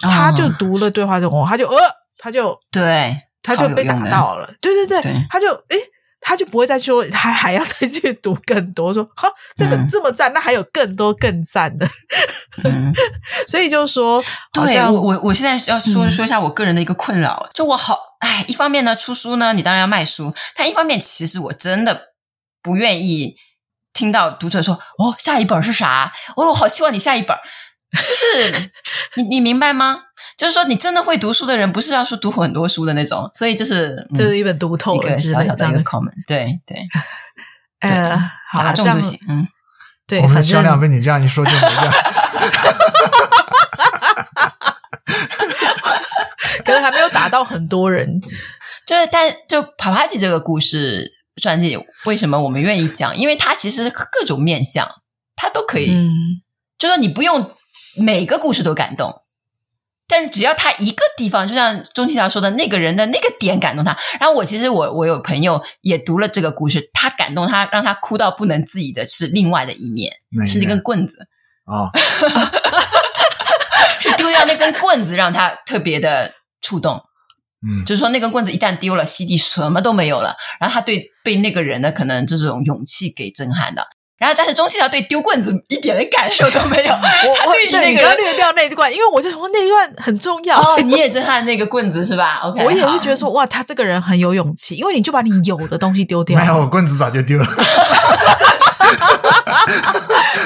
B: 啊
A: 他就读了对话整我，他就呃，他就
B: 对，
A: 他
B: 超
A: 就
B: 有
A: 被
B: 用
A: 打
B: 的。
A: 到了，对对对，
B: 对
A: 他就诶。他就不会再说，他还要再去读更多，说哈，这本
B: 嗯
A: 这么赞，那还有更多更赞的，
B: 嗯
A: 所以就说，好
B: 对
A: 像
B: 我我我现在要说、
A: 嗯
B: 说一下我个人的一个困扰，就我好哎，一方面呢出书呢，你当然要卖书，但一方面其实我真的不愿意听到读者说哦下一本是啥，哦我好希望你下一本，就是 *laughs* 你你明白吗？就是说你真的会读书的人，不是要说读很多书的那种，所以就是、嗯
A: 这是一本读透
B: 一
A: 了
B: 个
A: 之
B: 小
A: 类
B: 小
A: 的这
B: 的一
A: 样的，
B: 个 comment，对对，
A: 呃，好
B: 砸
A: 啦，这
B: 中
A: 样
B: 就行，嗯。
A: 对，
C: 我们
A: 反
C: 的销量
A: 正
C: 被你这样一说就没了。
A: *laughs* 可能还没有打到很多
B: *laughs*
A: 人，
B: 就是但就帕帕吉这个故事传记，为什么我们愿意讲？因为它其实各种面相，它都可以，
A: 嗯，
B: *laughs* 就说你不用每个故事都感动。但是只要他一个地方，就像钟庆桥说的，那个人的那个点感动他。然后我其实我我有朋友也读了这个故事，他感动他，让他哭到不能自已的是另外的一面，
C: 哪一
B: 是那
C: 面
B: 根棍子，
C: 啊，
B: 是丢掉那根棍子让他特别的触动。
C: 嗯，
B: 就是说那根棍子一旦丢了，西地什么都没有了。然后他对被那个人的可能这种勇气给震撼的。然后，但是钟欣瑶对丢棍子一点的感受都
A: *laughs*
B: 没有。哦他
A: 我我
B: 对于那
A: 你
B: 个
A: 刚刚
B: 人，
A: 略掉那一段，因为我就想说那一段很重要。
B: 哦，你也震撼那个棍子是吧？OK，
A: 我也
B: 好
A: 是
B: *laughs*
A: 觉得说，哇，他这个人很有勇气，因为你就把你有的东西丢掉
C: 没。有，我棍子早就
A: *laughs*
C: 丢了。
B: 对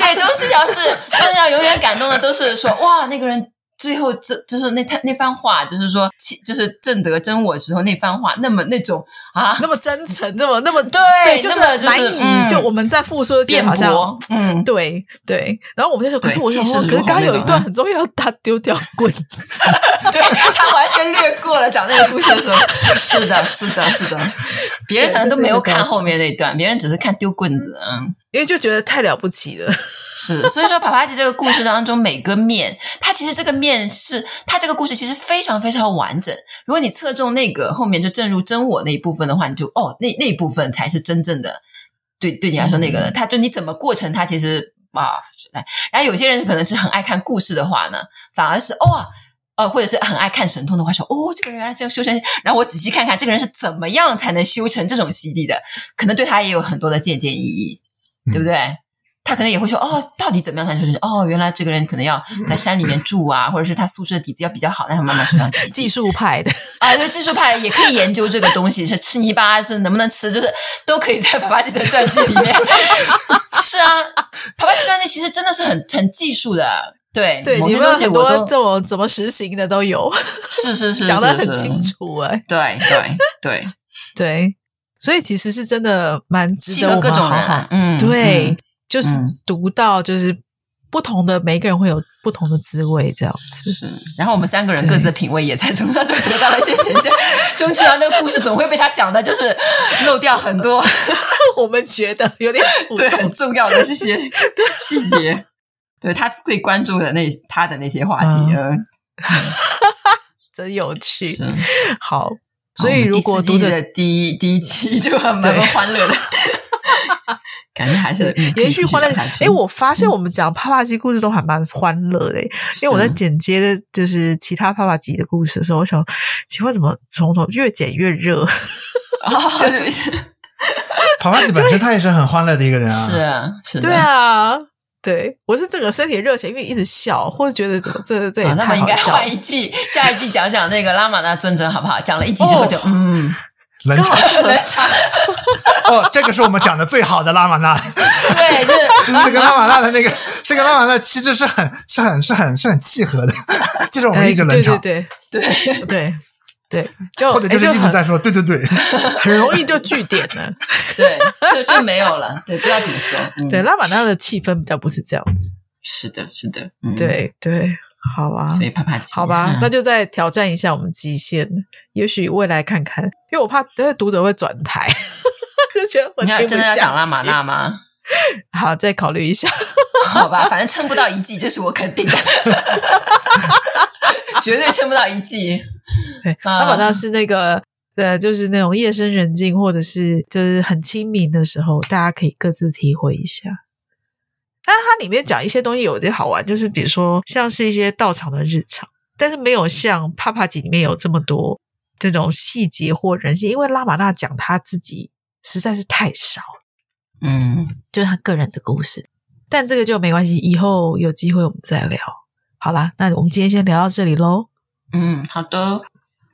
B: 哎钟欣瑶是钟欣瑶永远感动的都是说哇，那个人最后这就是那他那番话，就是说其就是正德真我时候那番话，那么那种啊
A: *laughs* 那么真诚，那么那么
B: 对
A: 就
B: 那
A: 是
B: 么就是
A: 难以。
B: 嗯
A: 就我们在复述，
B: 辩
A: 好像
B: 驳，嗯，
A: 对对。然后我们就说，可是
B: 对
A: 我想说，可
B: 气势
A: 是
B: 如虹
A: 刚刚有
B: 那
A: 一
B: 种
A: 段很重要，他丢掉棍子。
B: *laughs* 对他完全略过了讲那个故事的时候， *laughs* 是的，是的，是的，别人可能都没有看后面那一段，别人只是看丢棍子，嗯，
A: 因为就觉得太了不起了，
B: 是，所以说《帕帕吉》这个故事当中每个面，它其实这个面是它这个故事其实非常非常完整。如果你侧重那个后面就正如真我那一部分的话，你就哦，那那一部分才是真正的对对你来说那个，它就你怎么过程，它其实啊，来，然后有些人可能是很爱看故事的话呢，反而是哦啊，呃，或者是很爱看神通的话，说哦，这个人原来这样修成，然后我仔细看看这个人是怎么样才能修成这种习地的，可能对他也有很多的借鉴意义，
A: 嗯
B: 对不对？他可能也会说哦，到底怎么样才能修成？哦，原来这个人可能要在山里面住啊，或者是他宿舍底子要比较好，让他慢慢修成习地
A: 技术派的，
B: 啊。就技术派也可以研究这个东西是吃泥巴是能不能吃，就是都可以在帕帕基的传记里面。 *laughs* 是啊，帕帕基传记其实真的是很很技术的。对
A: *laughs* 对，
B: 某
A: 你
B: 些
A: 们有
B: 东西
A: 很
B: 我
A: 多
B: 都
A: 这种怎么实行的都有，
B: 是是是
A: 讲得很
B: 是是
A: 清楚哎、
B: 对对
A: *laughs*
B: 对，
A: 对，所以其实是真的蛮值
B: 七
A: 得
B: 个
A: 我
B: 各
A: 们
B: 种
A: 好
B: 人
A: 好
B: 啊，嗯，
A: 对，
B: 嗯
A: 就是
B: 嗯
A: 读到就是不同的，每一个人会有不同的滋味，这样
B: *laughs*
A: 子。 *laughs*
B: 是。然后我们三个人各自的品味也在从他这得到了一些显现。 *laughs* 钟志阳那个故事总会被他讲的，就是漏掉很多
A: 我们觉得
B: *laughs*
A: 有点触
B: 对很
A: 动，
B: 重要的这些细节，对他最关注的那他的那些话题，
A: 嗯
B: 嗯，
A: 真有趣
B: 是。。
A: 好，所以如果
B: 好我们第四
A: 读
B: 季
A: 者
B: 的第一第一期就很蛮
A: 对
B: 欢
A: *laughs*
B: 乐的，感觉还是嗯可以
A: 延
B: 继
A: 续
B: 续
A: 欢乐
B: 聊下。去
A: 哎，我发现我们讲帕帕鸡故事都还蛮欢乐的，因为哎我在
B: 是
A: 剪接的，就是其他帕帕鸡的故事的时候，我想奇怪怎么从头越剪越热。
B: 哦对是
C: 跑趴子本身他也是很欢乐的一个人啊，
B: 是的，
A: *laughs* 对啊，对我是整个身体热起来，因为一直笑，或者觉得怎么这这
B: 啊
A: 也
B: 那么
A: 太
B: 应
A: 好
B: 该
A: 笑了
B: 换。一季， *laughs* 下一季讲讲那个拉玛那尊者好不好？讲了一集之后就、
A: 哦
B: 嗯，
C: 冷场哦，这个是我们讲的最好的拉玛
A: *laughs*
B: *laughs*
C: 纳，
B: 对，就是
C: 这个拉玛纳的那个，这个拉玛纳气质是很是很是很是很契合
A: *laughs*
C: 的，就是我们
A: 哎，
C: 一直
A: 对
C: 冷场
A: 对，对
B: 对，
A: 对对，就
C: 或者
A: 哎
C: 就是一直
A: 很
C: 在说对对对，
A: 很容易就据点了。 *laughs*
B: 对，就就没有了，对，不知道怎么说，嗯、
A: 对，，拉玛那的气氛比较不是这样子。
B: 是的，是的，嗯，，
A: 对对，好啊吧，
B: 所以啪啪
A: 好吧，那
B: 就
A: 就再挑战一下我们极限，也许未来看看，因为我怕因为读者会转台， *laughs* 就觉得我
B: 你要
A: 听不
B: 真的要
A: 下
B: 讲拉玛
A: 去
B: 那吗？
A: 好，再考虑一下。 *laughs*
B: 好吧，反正撑不到一季，这是我肯定的， *laughs* 绝对撑不到一季。
A: 对，
B: 啊
A: 拉玛那是那个。呃，就是那种夜深人静，或者是就是很清明的时候，大家可以各自体会一下。但是它里面讲一些东西有点好玩，就是比如说像是一些道场的日常，但是没有像《帕帕吉》里面有这么多这种细节或人性，因为拉玛那讲他自己实在是太少了，
B: *laughs* 嗯，
A: 就是他个人的故事。但这个就没关系，以后有机会我们再聊。好啦，那我们今天先聊到这里喽。
B: 嗯，好的，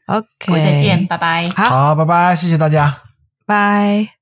A: OK，
B: 各位再见，，拜拜。
A: 好
C: 好，拜拜，谢谢大家。
A: 拜。